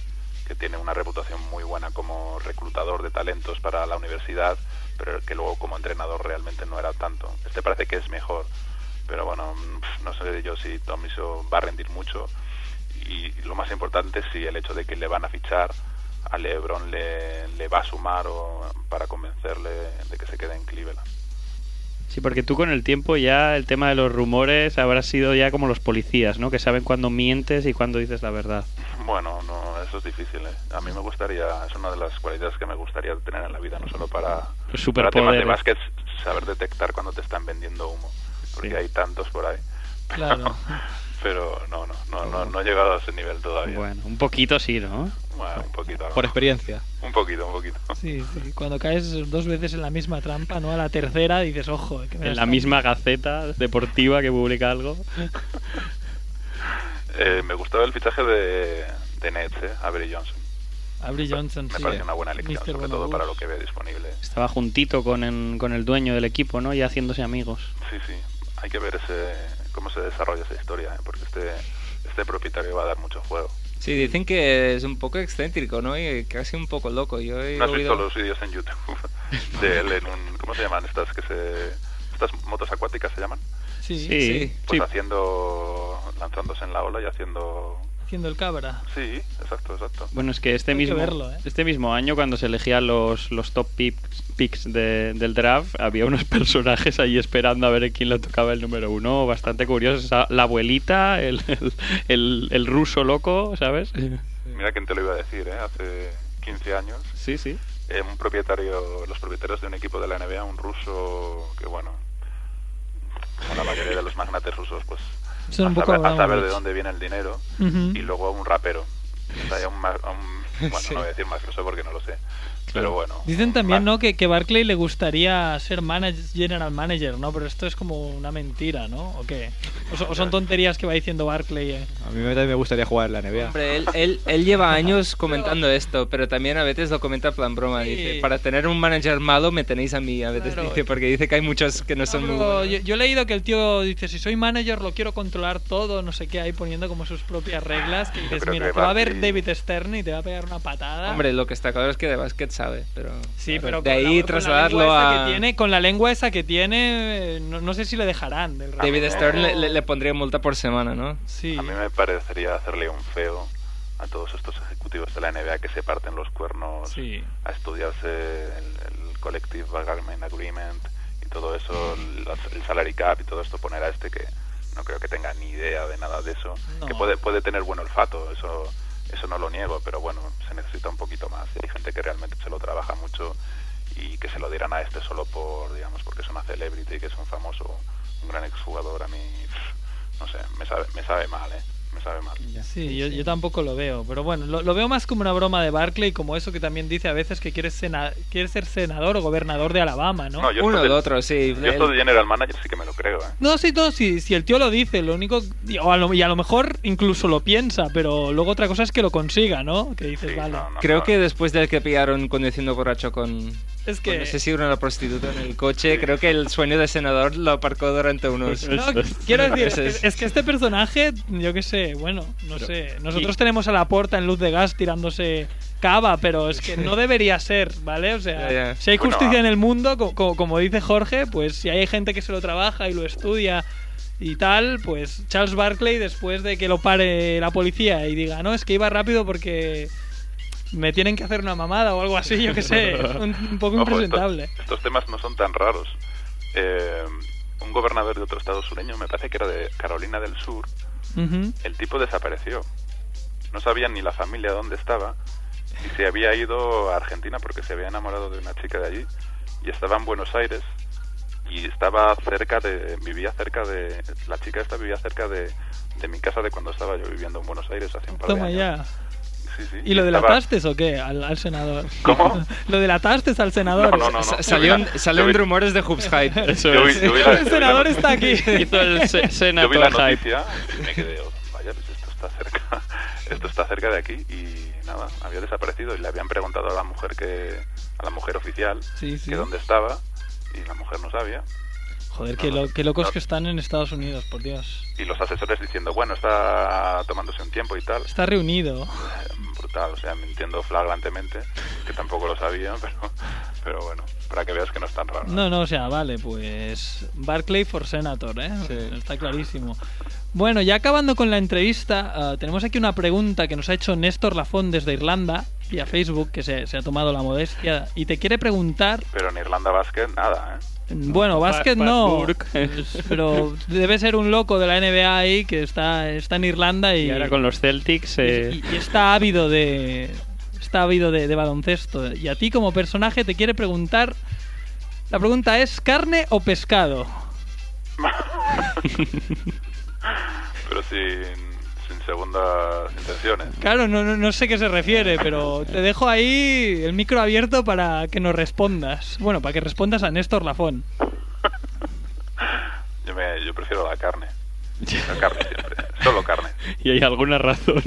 S9: que tiene una reputación muy buena como reclutador de talentos para la universidad, pero que luego como entrenador realmente no era tanto. Este parece que es mejor, pero bueno, mm, pf, no sé yo si Tom Izzo va a rendir mucho y lo más importante si el hecho de que le van a fichar a LeBron le, le va a sumar o para convencerle de que se quede en Cleveland.
S5: Sí, porque tú con el tiempo ya el tema de los rumores habrá sido ya como los policías, ¿no? Que saben cuándo mientes y cuándo dices la verdad.
S9: Bueno, no, eso es difícil. ¿eh? A mí me gustaría, es una de las cualidades que me gustaría tener en la vida, no solo para, para
S5: Los
S9: temas de
S5: superpoderes.
S9: básquet, saber detectar cuando te están vendiendo humo, porque
S5: Sí.
S9: hay tantos por ahí. Pero-
S4: Claro.
S9: Pero no, no, no, no, no he llegado a ese nivel todavía.
S5: Bueno, un poquito sí, ¿no?
S9: Bueno, un poquito.
S1: Por
S9: a lo mejor.
S1: experiencia.
S9: Un poquito, un poquito.
S4: Sí, sí. Cuando caes dos veces en la misma trampa, ¿no? A la tercera dices, ojo. que me
S5: En
S4: das
S5: la
S4: trampa".
S5: misma gaceta deportiva que publica algo.
S9: Eh, me gustaba el fichaje de, de Nets, ¿eh? Avery Johnson.
S4: Avery Johnson,
S9: me
S4: sí.
S9: parece una buena elección,
S4: Mr.
S9: sobre todo
S4: Bonobús.
S9: para lo que ve disponible.
S5: Estaba juntito con el, con el dueño del equipo, ¿no? Y haciéndose amigos.
S9: Sí, sí. Hay que ver ese, cómo se desarrolla esa historia, ¿eh? porque este, este propietario va a dar mucho juego.
S8: Sí, dicen que es un poco excéntrico, ¿no? Y casi un poco loco. Yo he
S9: ¿No has
S8: oído-
S9: visto los vídeos en YouTube de él en un... ¿Cómo se llaman estas que se... Estas motos acuáticas se llaman?
S4: Sí,
S5: Sí,
S8: sí.
S9: Pues haciendo... lanzándose en la ola y haciendo...
S4: haciendo el cabra.
S9: Sí, exacto, exacto.
S5: Bueno, es que este
S4: Hay que
S5: mismo,
S4: verlo, ¿eh?
S5: este mismo año, cuando se elegían los, los top picks, picks de- del draft, había unos personajes ahí esperando a ver quién le tocaba el número uno. Bastante curiosos. Esa- La abuelita, el, el, el- el ruso loco, ¿sabes?
S9: Mira quién te lo iba a decir, ¿eh? Hace 15 años.
S5: Sí, sí.
S9: eh, un propietario, los propietarios de un equipo de la NBA, un ruso que, bueno, como la mayoría de los magnates rusos, pues
S4: Son un
S9: a
S4: poco
S9: saber, a saber de
S4: Abramovich.
S9: dónde viene el dinero,
S4: Ujú.
S9: y luego a un rapero. O sea, a un ma- a un- bueno,
S8: Sí.
S9: no voy a decir mafioso porque no lo sé, pero bueno.
S4: Dicen también,
S9: ma-
S4: ¿no? Que, que Barclay le gustaría ser manage- general manager, ¿no? Pero esto es como una mentira, ¿no? ¿O qué? ¿O, so- o son tonterías que va diciendo Barclay? eh?
S1: A mí también me gustaría jugar en la NBA.
S8: Hombre, él, él, él lleva años comentando esto, pero también a veces lo comenta en plan broma. Dice,
S4: Sí.
S8: para tener un manager malo me tenéis a mí, a veces
S4: Claro.
S8: dice, porque dice que hay muchos que no son muy
S4: Pero
S8: buenos.
S4: yo, yo he leído que el tío dice, si soy manager lo quiero controlar todo, no sé qué, ahí poniendo como sus propias reglas, que dices,
S9: creo
S4: mira,
S9: que
S4: te va a ver
S9: Barclay-
S4: David Stern y te va a pegar una patada.
S8: Hombre, lo que está claro es que de básquet sabe, pero...
S4: Sí, pero
S8: De
S4: con la- con
S8: ahí
S4: la
S8: trasladarlo
S4: lengua esa
S8: a...
S4: que tiene- con la lengua esa que tiene, eh, no, no sé si le dejarán. Del resto.
S8: David Stern le, le- le pondría multa por semana, ¿no?
S4: Sí.
S9: A mí me parecería hacerle un feo a todos estos ejecutivos de la NBA que se parten los cuernos
S4: Sí.
S9: a estudiarse el, el Collective Bargaining Agreement y todo eso, el, el Salary Cap y todo esto, poner a este que no creo que tenga ni idea de nada de eso,
S4: No.
S9: que puede, puede tener buen olfato, eso, eso no lo niego, pero bueno, se necesita un poquito más. Hay gente que realmente se lo trabaja mucho y que se lo dirán a este solo por, digamos, porque es una celebrity, que es un famoso, un gran exjugador, a mí, pff, no sé, me sabe, me sabe mal, ¿eh? Me sabe mal.
S4: Sí, yo, yo tampoco lo veo, pero bueno, lo, lo veo más como una broma de Barclay, como eso que también dice a veces que quiere, sena- quiere ser senador o gobernador de Alabama, ¿no?
S9: No, yo esto
S8: Uno
S9: de-
S8: del otro, sí.
S9: Yo esto de general manager sí que me lo creo, ¿eh?
S4: No, sí, no, si, si el tío lo dice, lo único. o a lo- y a lo mejor incluso lo piensa, pero luego otra cosa es que lo consiga, ¿no? Que dices,
S9: Sí,
S4: vale.
S9: no, no,
S8: Pues Creo
S9: no.
S8: que después del que pillaron conduciendo borracho con...
S4: Es
S8: con,
S4: que.
S8: no sé si era una prostituta en el coche, creo que el sueño de senador lo aparcó durante unos...
S4: No, quiero decir, es
S8: Ese es-
S4: que, es que este personaje, yo qué sé, bueno, no sé. Nosotros tenemos a la puerta en luz de gas tirándose acaba, pero es que no debería ser, ¿vale? O sea,
S8: Ya, ya.
S4: si hay
S9: Bueno,
S4: justicia
S9: ah.
S4: en el mundo, co- co- como dice Jorge, pues si hay gente que se lo trabaja y lo estudia y tal, pues Charles Barkley, después de que lo pare la policía y diga, no, es que iba rápido porque me tienen que hacer una mamada o algo así, yo qué sé, un, un poco
S9: Ojo, esto-
S4: impresentable.
S9: pues, estos temas no son tan raros. Eh, un gobernador de otro estado sureño, me parece que era de Carolina del Sur,
S4: Ujú.
S9: el tipo desapareció. No sabía ni la familia dónde estaba y se había ido a Argentina porque se había enamorado de una chica de allí y estaba en Buenos Aires y estaba cerca de vivía cerca de la chica esta vivía cerca de, de mi casa de cuando estaba yo viviendo en Buenos Aires hace un par
S4: Toma
S9: de años.
S4: ya.
S9: Sí, sí,
S4: ¿Y lo
S9: estaba-
S4: delataste o qué? Al, al senador.
S9: ¿Cómo?
S4: ¿Lo delataste al senador?
S9: No, no, no.
S8: Sa-
S9: Yo
S8: Salió,
S9: vi
S8: en,
S9: la-
S8: salió
S9: yo
S8: en
S9: vi-
S8: rumores de Hoops Hype.
S5: Eso
S9: yo vi-
S5: es.
S9: yo vi la- yo
S4: El
S9: vi la-
S4: senador está aquí.
S5: Hizo el se-
S9: Yo vi la
S5: senator hype.
S9: noticia y me quedé, oh, vaya, pues esto está cerca, esto está cerca de aquí y nada, había desaparecido y le habían preguntado a la mujer que, a la mujer oficial,
S4: Sí, sí.
S9: que dónde estaba y la mujer no sabía
S4: Joder, qué,
S9: No, no.
S4: lo- qué locos
S9: No.
S4: que están en Estados Unidos, por Dios.
S9: y los asesores diciendo, bueno, está tomándose un tiempo y tal,
S4: Está reunido.
S9: brutal, o sea, mintiendo flagrantemente, que tampoco lo sabía, pero, pero bueno, para que veas que no es tan raro.
S4: No, no, o sea, vale, pues Barclay for Senator, ¿eh?
S8: Sí.
S4: Está clarísimo. Bueno, ya acabando con la entrevista, ah, tenemos aquí una pregunta que nos ha hecho Néstor Lafón desde Irlanda, vía Facebook, que se, se ha tomado la modestia, y te quiere preguntar,
S9: Pero en Irlanda Basket, nada, ¿eh?
S4: bueno, básquet
S5: Ba-
S4: no,
S5: Basburg.
S4: pero debe ser un loco de la NBA ahí que está, está en Irlanda y,
S5: Y ahora con los Celtics. eh,
S4: y- y está ávido de está ávido de, de baloncesto y a ti como personaje te quiere preguntar la pregunta es carne o pescado
S9: Pero sin, sin segundas intenciones.
S4: claro no, no, no sé qué se refiere pero te dejo ahí el micro abierto para que nos respondas bueno para que respondas a Néstor Lafón
S9: Yo, me- yo prefiero la carne. La carne siempre. Solo carne.
S5: y hay alguna razón.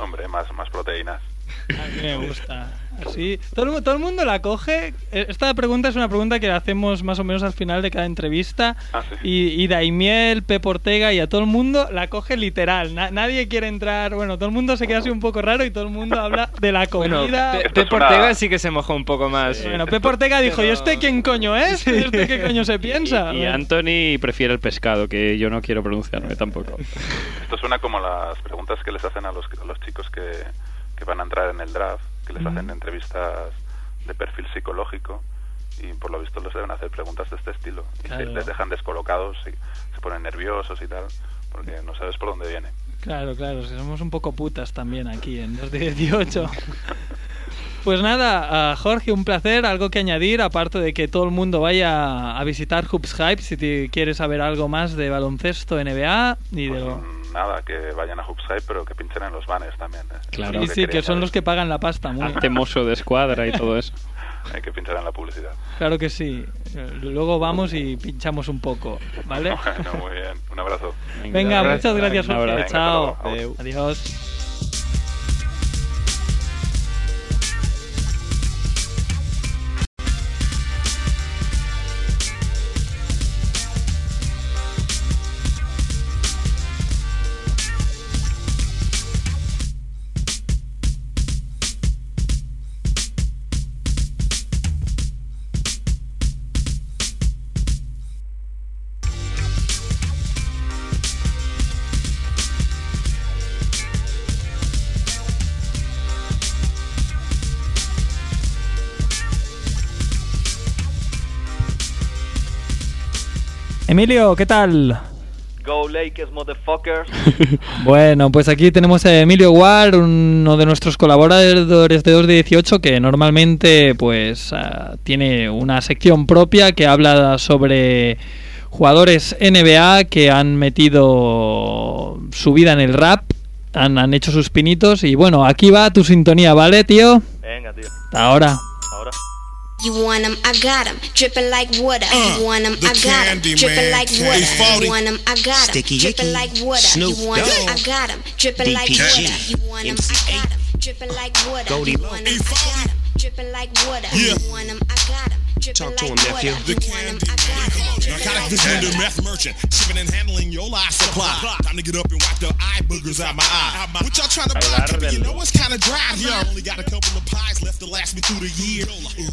S9: Hombre, más, más proteínas.
S4: a mí me gusta así todo, el mu- todo el mundo la coge Eh, esta pregunta es una pregunta que hacemos más o menos al final de cada entrevista
S9: Ah, sí.
S4: Y, y Daimiel, Pep Ortega y a todo el mundo la coge literal. Na- nadie quiere entrar. Bueno, todo el mundo se queda así un poco raro y todo el mundo habla de la
S8: Bueno,
S4: comida.
S8: Pe-
S9: Esto
S8: Pep
S9: es una-
S8: Ortega sí que se mojó un poco más.
S4: Bueno, Pep Ortega dijo:
S8: Pero-
S4: ¿Y este quién coño es? ¿Y este qué coño se piensa?
S5: Y, y Anthony prefiere el pescado, que yo no quiero pronunciarme tampoco.
S9: Esto suena como las preguntas que les hacen a los, a los chicos que, que van a entrar en el draft, que les hacen entrevistas de perfil psicológico y por lo visto les deben hacer preguntas de este estilo. Y se-
S4: Claro.
S9: les dejan descolocados y se ponen nerviosos y tal, porque no sabes por dónde viene.
S4: Claro, claro, si somos un poco putas también aquí en 2018. Pues nada, ah, Jorge, un placer, algo que añadir, aparte de que todo el mundo vaya a visitar Hoops Hype si te quieres saber algo más de baloncesto NBA y de
S9: Pues,
S4: lo,
S9: mm, Nada, que vayan a Hubside, pero que pinchen en los banners también. ¿eh?
S5: Claro.
S9: Es lo
S4: Sí, sí, que
S9: quería
S4: son
S9: saber.
S4: los que pagan la pasta. Muy
S5: Hazte mozo de escuadra y todo eso.
S9: Hay Eh, que pinchar en la publicidad.
S4: Claro que sí. Eh, Luego vamos y pinchamos un poco, ¿vale?
S9: Bueno, muy bien. Un abrazo.
S4: Venga, muchas gracias,
S5: Un abrazo.
S4: Jorge.
S9: Venga,
S4: Chao.
S9: hasta luego.
S4: Adiós. Emilio, ¿qué tal?
S10: Go Lakers, motherfuckers.
S4: Bueno, pues aquí tenemos a Emilio War, uno de nuestros colaboradores de 2 de 18 que normalmente pues ah, tiene una sección propia que habla sobre jugadores NBA que han metido su vida en el rap, han, han hecho sus pinitos y bueno, aquí va tu sintonía, ¿vale, tío?
S10: Venga, tío.
S4: Hasta ahora.
S10: Ahora.
S11: You want 'em, I got 'em, dripping like water. you want 'em, I got 'em, dripping like water. You want 'em, I got 'em, dripping like water. you want 'em, I got 'em, dripping like water. You want 'em, I got 'em, dripping like water. You want 'em, I got 'em, dripping like water. You want 'em, I got 'em,
S12: Talk to him, nephew.
S13: Narcotic vendor, meth merchant, shipping and handling your life supply. Time to get up and wipe the eye boogers out my eye. What y'all trying to buy? Kid? You know it's kind of dry here. I only got a couple of pies left to last me through the year.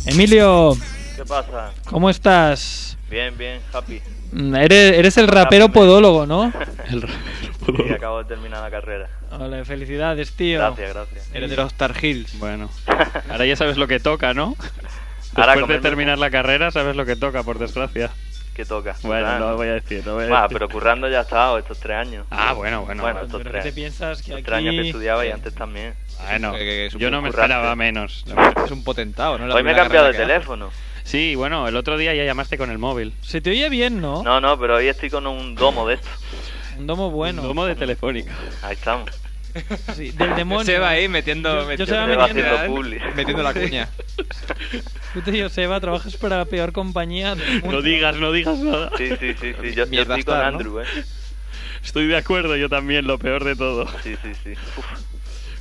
S4: Emilio,
S10: ¿Qué pasa?
S4: ¿cómo estás?
S10: Bien, bien, happy.
S4: Mm, Eres, eres el rapero podólogo, ¿no?
S10: El rapero podólogo. acabo de terminar la carrera.
S4: Hola, felicidades, tío.
S10: Gracias, gracias.
S1: Eres de los Tar Heels.
S5: Bueno, ahora ya sabes lo que toca, ¿no?
S10: Ahora
S5: Después de
S10: comerme-
S5: terminar la carrera, sabes lo que toca, por desgracia.
S10: ¿Qué toca?
S5: Bueno,
S10: Currar.
S5: no voy a decir, no voy a
S10: Bah,
S5: decir.
S10: pero currando ya he estado estos tres años.
S5: Ah, bueno, bueno.
S10: Bueno,
S5: Pero
S10: estos
S5: ¿qué
S10: tres.
S5: te piensas que
S10: Estos tres años
S5: aquí-
S10: que estudiaba y antes también.
S5: Bueno,
S1: Eh, es un
S5: yo Ah, no me
S1: currante.
S5: esperaba menos.
S1: Es un potentado, ¿no?
S10: Hoy me he cambiado de teléfono.
S5: Sí, bueno, el otro día ya llamaste con el móvil.
S4: Se te oye bien, ¿no?
S10: No, no, pero hoy estoy con un domo de esto.
S4: Un domo bueno.
S5: Un domo de telefónica.
S10: Ahí estamos.
S4: Sí, del demonio.
S8: Seba
S10: eh.
S8: ahí metiendo-
S4: Yo- Yo,
S8: metiendo-
S4: Seba
S10: Te
S4: metiendo,
S10: va haciendo publi.
S4: ¿eh?
S1: Metiendo la cuña.
S4: Tú te digo, Seba, trabajas para la peor compañía del mundo.
S5: No digas, no digas nada.
S10: Sí, sí, sí, sí. Yo, yo
S5: Mierda
S10: estoy con
S5: estar, ¿no?
S10: Andrew, ¿eh?
S5: Estoy de acuerdo, yo también, lo peor de todo.
S10: Sí, sí, sí.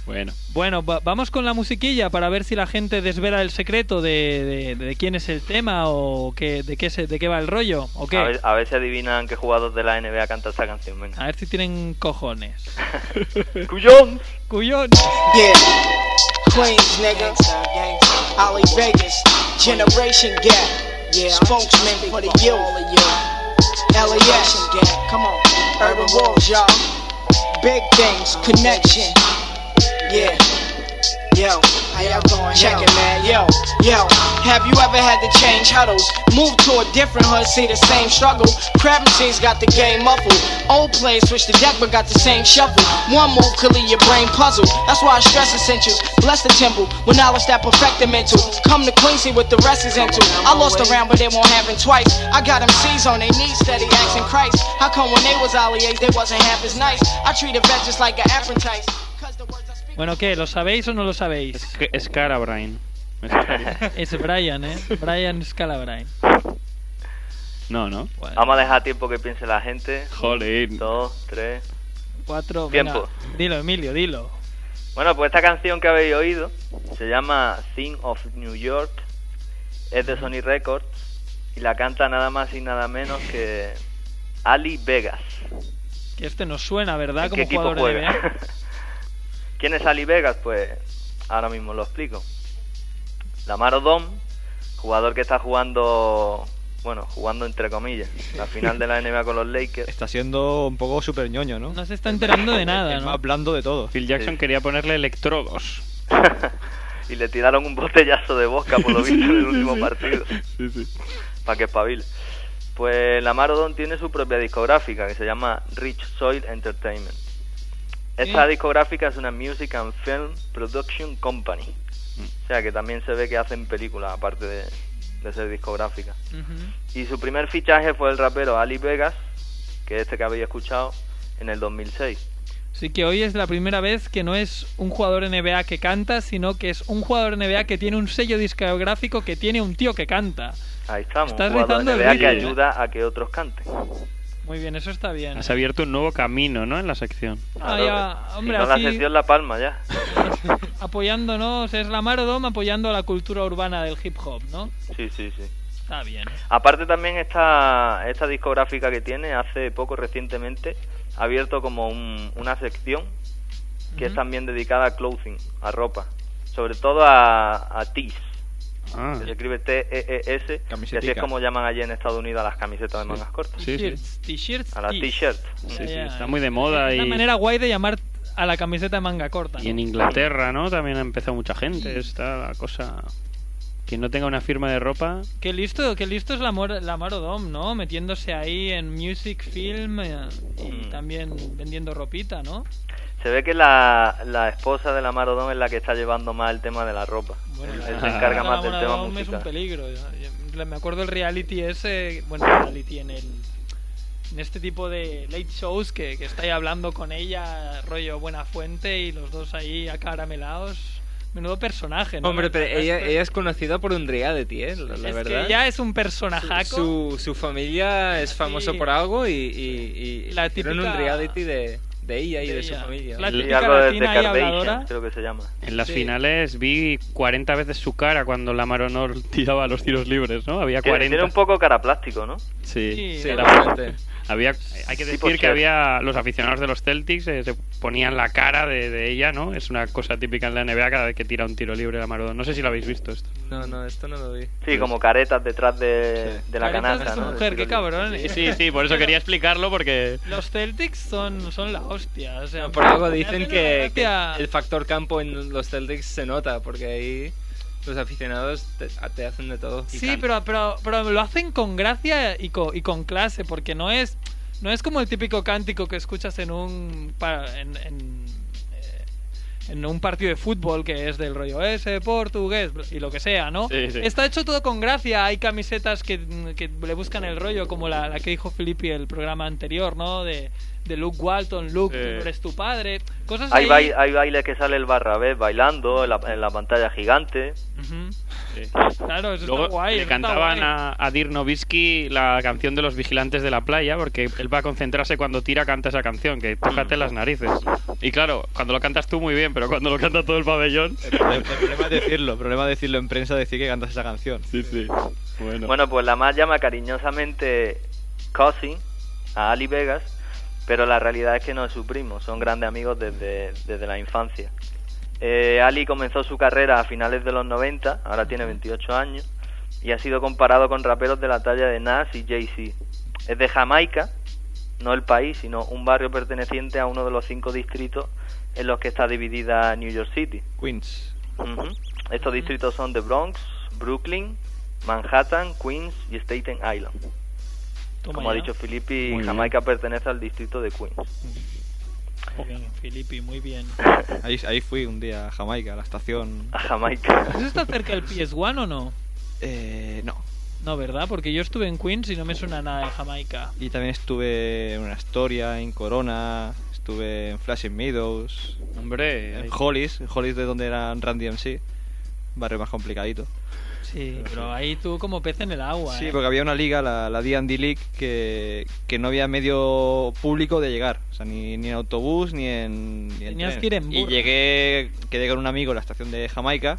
S5: Bueno,
S4: Bueno, va- vamos con la musiquilla para ver si la gente desvela el secreto de, de- de quién es el tema o qué, de, qué se, de qué va el rollo o qué.
S10: A, ver, a ver si adivinan qué jugador de la NBA canta esta canción. Venga.
S4: A ver si tienen cojones.
S10: ¡Cuyón!
S4: ¡Cuyón!
S14: Yeah. Queens, nigga. Ollie Vegas. Generation Gap. Spokesman for the youth. LAS. Come on. Urban Wolves, y'all. Big things. Connection. Yeah. Yo, how y'all going? Check it, man. Yo, yo, have you ever had to change huddles? Move to a different hood, see the same struggle. Crab machines got the game muffled. Old players switch the deck, but got the same shuffle. One move could leave your brain puzzled. That's why I stress essentials. Bless the temple with knowledge that perfect the mental. Come to Quincy with the rest is into. I lost a round, but it won't happen twice. I got MCs on their knees, steady asking Christ. How come when they was Ali they wasn't half as nice? I treat a vet just like an apprentice.
S4: Bueno, ¿qué? ¿Lo sabéis o no lo sabéis?
S5: que- es cara, Brian. Es cara.
S4: Es Brian, ¿eh? Brian Scalabrine.
S5: No, no.
S10: Vamos a dejar tiempo que piense la gente.
S5: Jolín.
S10: Dos, tres.
S4: Cuatro.
S10: Tiempo.
S4: venga. Dilo, Emilio, dilo.
S10: Bueno, pues esta canción que habéis oído se llama Thing of New York. Es de Sony Records. Y la canta nada más y nada menos que Ali Vegas.
S4: Que este nos suena, ¿verdad?
S10: ¿En
S4: Como
S10: qué equipo
S4: jugador de
S10: juega?
S4: NBA.
S10: ¿Quién es Ali Vegas? Pues ahora mismo lo explico. Lamar Odom, jugador que está jugando, bueno, jugando entre comillas, la final de la NBA con los Lakers.
S1: Está siendo un poco super ñoño, ¿no?
S4: No se está enterando de nada,
S1: El
S4: ¿no?
S1: más blando de todo.
S5: Phil Jackson quería ponerle electrodos.
S10: y le tiraron un botellazo de bosca, por lo visto, en el último partido. Para que espabile. Pues Lamar Odom tiene su propia discográfica que se llama Rich Soil Entertainment. Esta
S7: Sí.
S10: discográfica es una Music and Film Production Company. O sea que también se ve que hacen películas aparte de, de ser discográfica. Y su primer fichaje fue el rapero Ali Vegas, que es este que habéis escuchado, en el 2006.
S4: Así que hoy es la primera vez que no es un jugador NBA que canta, sino que es un jugador NBA que tiene un sello discográfico que tiene un tío que canta.
S10: Ahí estamos,
S4: Estás
S10: un jugador
S4: rizando el
S10: NBA que
S4: rizo, ¿eh?
S10: ayuda Ah, a que otros canten.
S4: Muy bien, eso está bien.
S5: Has abierto un nuevo camino, ¿no? En la sección.
S4: Ah, ya,
S10: Si
S4: hombre,
S10: no, la
S4: así-
S10: sección La Palma ya.
S4: Apoyándonos, es la Marodom apoyando a la cultura urbana del hip hop, ¿no?
S10: Sí, sí, sí.
S4: Está bien. ¿eh?
S10: Aparte también esta, esta discográfica que tiene hace poco recientemente ha abierto como un- una sección que es
S4: Ujú.
S10: también dedicada a clothing, a ropa, sobre todo a, a tees,
S5: Ah.
S10: que se escribe T-E-E-S, que así es
S5: Camisetica.
S10: como llaman allí en Estados Unidos a las camisetas de mangas cortas.
S5: Sí, sí.
S4: T-shirts.
S10: A las
S4: tees.
S10: t-shirts.
S4: Ya,
S5: Sí, sí,
S4: ya.
S5: está muy de moda
S4: Es una
S5: y-
S4: manera guay de llamar a la camiseta de manga corta.
S5: Y en
S4: ¿no?
S5: Inglaterra, ¿no? También ha empezado mucha gente. Está la cosa. Quien no tenga una firma de ropa.
S4: Qué listo, qué listo es la, Mor- la Marodom, ¿no? Metiéndose ahí en music, film eh, y también vendiendo ropita, ¿no?
S10: Mm. Se ve que la, la esposa de la Marodón es la que está llevando más el tema de la ropa. él, él se encarga
S4: Ahora
S10: más del
S4: la
S10: tema
S4: bomba es un
S10: musical.
S4: peligro. Yo- yo- Me acuerdo el reality ese, bueno, reality en el en este tipo de late shows que, que está ahí hablando con ella, rollo Buena Fuente y los dos ahí acaramelados. Menudo personaje, ¿no?
S8: Hombre, pero ella,
S4: Esto-
S8: ella es conocida por un reality, ¿eh? La, la
S4: es
S8: verdad.
S4: que ya es un personajaco.
S8: Su, su familia es famoso por algo y, y, y
S4: La
S8: hicieron
S4: típica-
S8: un reality de, de ella y de, su
S4: ella.
S8: familia.
S4: La
S5: Sí,
S4: típica
S5: algo de
S4: latina ahí
S5: Decarbation,
S4: habladora.
S10: creo que se llama.
S5: En las
S10: Sí.
S5: finales vi 40 veces su cara cuando la Maronor tiraba los tiros libres, ¿no? Había
S10: Que
S5: 40.
S10: Tiene un poco cara plástico, ¿no?
S5: Sí,
S10: Sí,
S5: Era-
S10: bastante.
S5: había, hay que decir
S10: Tipo
S5: que
S10: Cher.
S5: había los aficionados de los Celtics eh, se ponían la cara de, de ella, ¿no? Es una cosa típica en la NBA cada vez que tira un tiro libre la Maradona. No sé si lo habéis visto esto.
S8: No, no, esto no lo vi.
S10: Sí, como caretas detrás de, de la
S4: Caretas de
S10: canasta,
S4: su
S10: ¿no?
S4: mujer, qué cabrón. eh.
S5: Sí, sí, sí, por eso quería explicarlo porque
S4: Los Celtics son, son la hostia. O sea,
S8: Por algo
S4: hacen
S8: dicen
S4: una
S8: que, que
S4: gracia.
S8: el factor campo en los Celtics se nota, porque ahí los aficionados te, te hacen de todo. Y
S4: Sí,
S8: can-
S4: pero, pero, pero lo hacen con gracia y co- y con, clase, porque no es, no es como el típico cántico que escuchas en un, pa- en, en, eh, en un partido de fútbol que es del rollo ese portugués y lo que sea, ¿no?
S5: Sí, sí.
S4: Está hecho todo con gracia. Hay camisetas que, que le buscan el rollo, como la, la que dijo Filippi el programa anterior, ¿no? De, de Luke Walton, Luke,
S10: Sí.
S4: tú eres tu padre. Cosas
S10: Hay,
S4: ahí.
S10: bai- hay bailes que sale el barra B bailando en la, en la pantalla gigante.
S4: Ujú. Claro, eso
S5: Luego
S4: está guay.
S5: le
S4: eso está
S5: cantaban
S4: guay.
S5: a, a Dirk Nowitzki la canción de los vigilantes de la playa, porque él va a concentrarse cuando tira, canta esa canción, que tócate las narices. Y claro, cuando lo cantas tú muy bien, pero cuando lo canta todo el pabellón...
S1: El problema es decirlo, el problema es decirlo en prensa, decir que cantas esa canción.
S5: Sí, sí. Bueno.
S10: Bueno, pues la más llama cariñosamente Cousin a Ali Vegas, pero la realidad es que no es su primo, son grandes amigos desde, desde la infancia. Eh, Ali comenzó su carrera a finales de los 90, ahora tiene 28 años, y ha sido comparado con raperos de la talla de Nas y Jay-Z. Es de Jamaica, no el país, sino un barrio perteneciente a uno de los cinco distritos en los que está dividida New York City.
S1: Queens.
S10: Ujú. Estos distritos son de Bronx, Brooklyn, Manhattan, Queens y Staten Island.
S4: Toma
S10: Como ha
S4: ya.
S10: dicho Filippi,
S1: Muy bien.
S10: Jamaica pertenece al distrito de Queens.
S4: Muy bien, Filippi, muy bien.
S1: Ahí, ahí fui un día a Jamaica, a la estación.
S10: A Jamaica.
S4: ¿Eso está cerca del PS1 o no?
S1: Eh, no.
S4: No, ¿verdad? Porque yo estuve en Queens y no me suena nada de Jamaica.
S1: Y también estuve en Astoria, en Corona, estuve en Flashing Meadows.
S5: Hombre,
S1: en
S5: ahí-
S1: Hollies, en Hollies de donde eran Randy MC. Barrio más complicadito.
S4: Sí, pero ahí tú como pez en el agua.
S1: Sí,
S4: ¿eh?
S1: porque había una liga, la, la D&D League, que, que no había medio público de llegar. O sea, ni, ni en autobús, ni en, ni en
S4: Tenías
S1: tren.
S4: que ir en
S1: Y
S4: burro.
S1: llegué, quedé con un amigo en la estación de Jamaica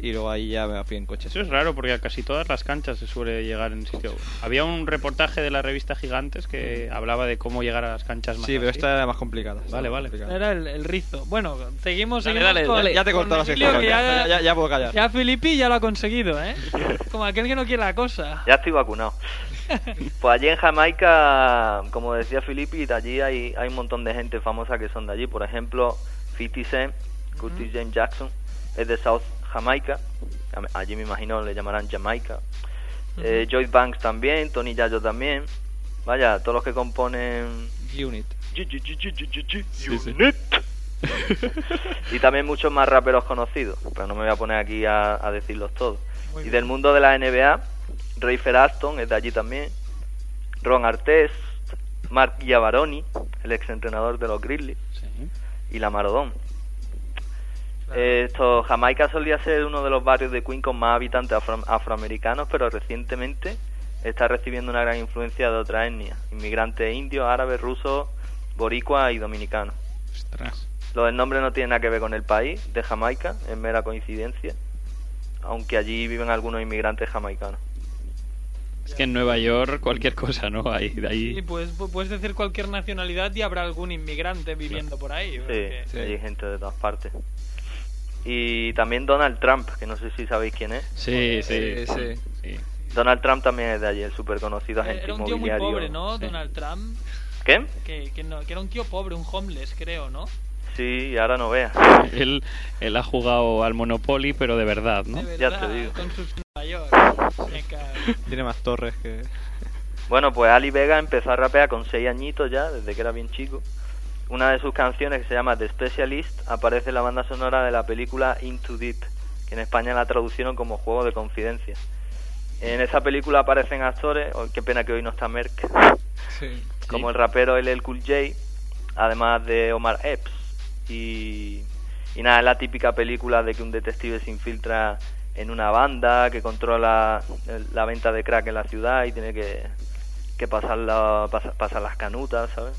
S1: y luego ahí ya me fui en coche.
S5: Eso es raro porque a casi todas las canchas se suele llegar en sitio. Había un reportaje de la revista Gigantes que hablaba de cómo llegar a las canchas más
S1: Sí, pero
S5: así.
S1: esta era más complicada. esta
S5: Vale,
S1: era más
S5: vale.
S1: complicada.
S4: Era el, el rizo. Bueno, seguimos,
S1: Dale,
S4: seguimos
S1: dale,
S4: con-
S1: dale, ya te he
S4: con
S1: cortado la
S4: Emilio,
S1: sección,
S4: que
S1: ya- ya- ya puedo callar.
S4: Ya Filippi ya lo ha conseguido, ¿eh? Como aquel que no quiere la cosa.
S10: Ya estoy vacunado. Pues allí en Jamaica, como decía Filippi, de allí hay, hay un montón de gente famosa que son de allí. Por ejemplo, 50 Cent, Curtis James Jackson, es de South Jamaica. A- Allí me imagino le llamarán Jamaica. Eh, Joyce Banks también, Tony Yayo también. Vaya, todos los que componen
S1: Unit.
S10: y también muchos más raperos conocidos, pero no me voy a poner aquí a, a decirlos todos. y del mundo de la NBA, Rafer Aston es de allí también, Ron Artest, Mark Giavaroni, el exentrenador de los Grizzlies, y la Marodón. Eh, Esto, Jamaica solía ser uno de los barrios de Queen con más habitantes afro- afroamericanos, pero recientemente está recibiendo una gran influencia de otras etnias, inmigrantes indios, árabes, rusos, boricuas y dominicanos. Lo del nombre no tiene nada que ver con el país de Jamaica, es mera coincidencia, aunque allí viven algunos inmigrantes jamaicanos.
S5: Es que en Nueva York cualquier cosa, ¿no? Ahí, de ahí.
S4: Y pues pu- puedes decir cualquier nacionalidad y habrá algún inmigrante viviendo por ahí.
S10: Sí,
S4: porque-
S10: hay gente de todas partes. Y también Donald Trump, que no sé si sabéis quién es.
S5: Sí, sí.
S8: Sí,
S10: Donald Trump también es de allí, el súper conocido agente
S4: Era un tío muy
S10: inmobiliario.
S4: pobre, ¿no? Donald Trump.
S10: ¿Qué?
S4: Que, que no- que era un tío pobre, un homeless, creo, ¿no?
S10: Sí, y ahora no veas.
S5: Él, él ha jugado al Monopoly, pero de verdad, ¿no?
S10: Ya te digo.
S4: Con sus Nueva York. Me cago.
S1: Tiene más torres que...
S10: Bueno, pues Ali Vega empezó a rapear con seis añitos ya, desde que era bien chico. Una de sus canciones, que se llama The Specialist, aparece en la banda sonora de la película Into Deep, que en España la traducieron como Juego de Confidencia. En esa película aparecen actores, oh, qué pena que hoy no está Merck, como el rapero LL Cool J, además de Omar Epps. Y, y nada, es la típica película de que un detective se infiltra en una banda que controla eh, la venta de crack en la ciudad y tiene que, que pasar, la- pasa- pasar las canutas, ¿sabes?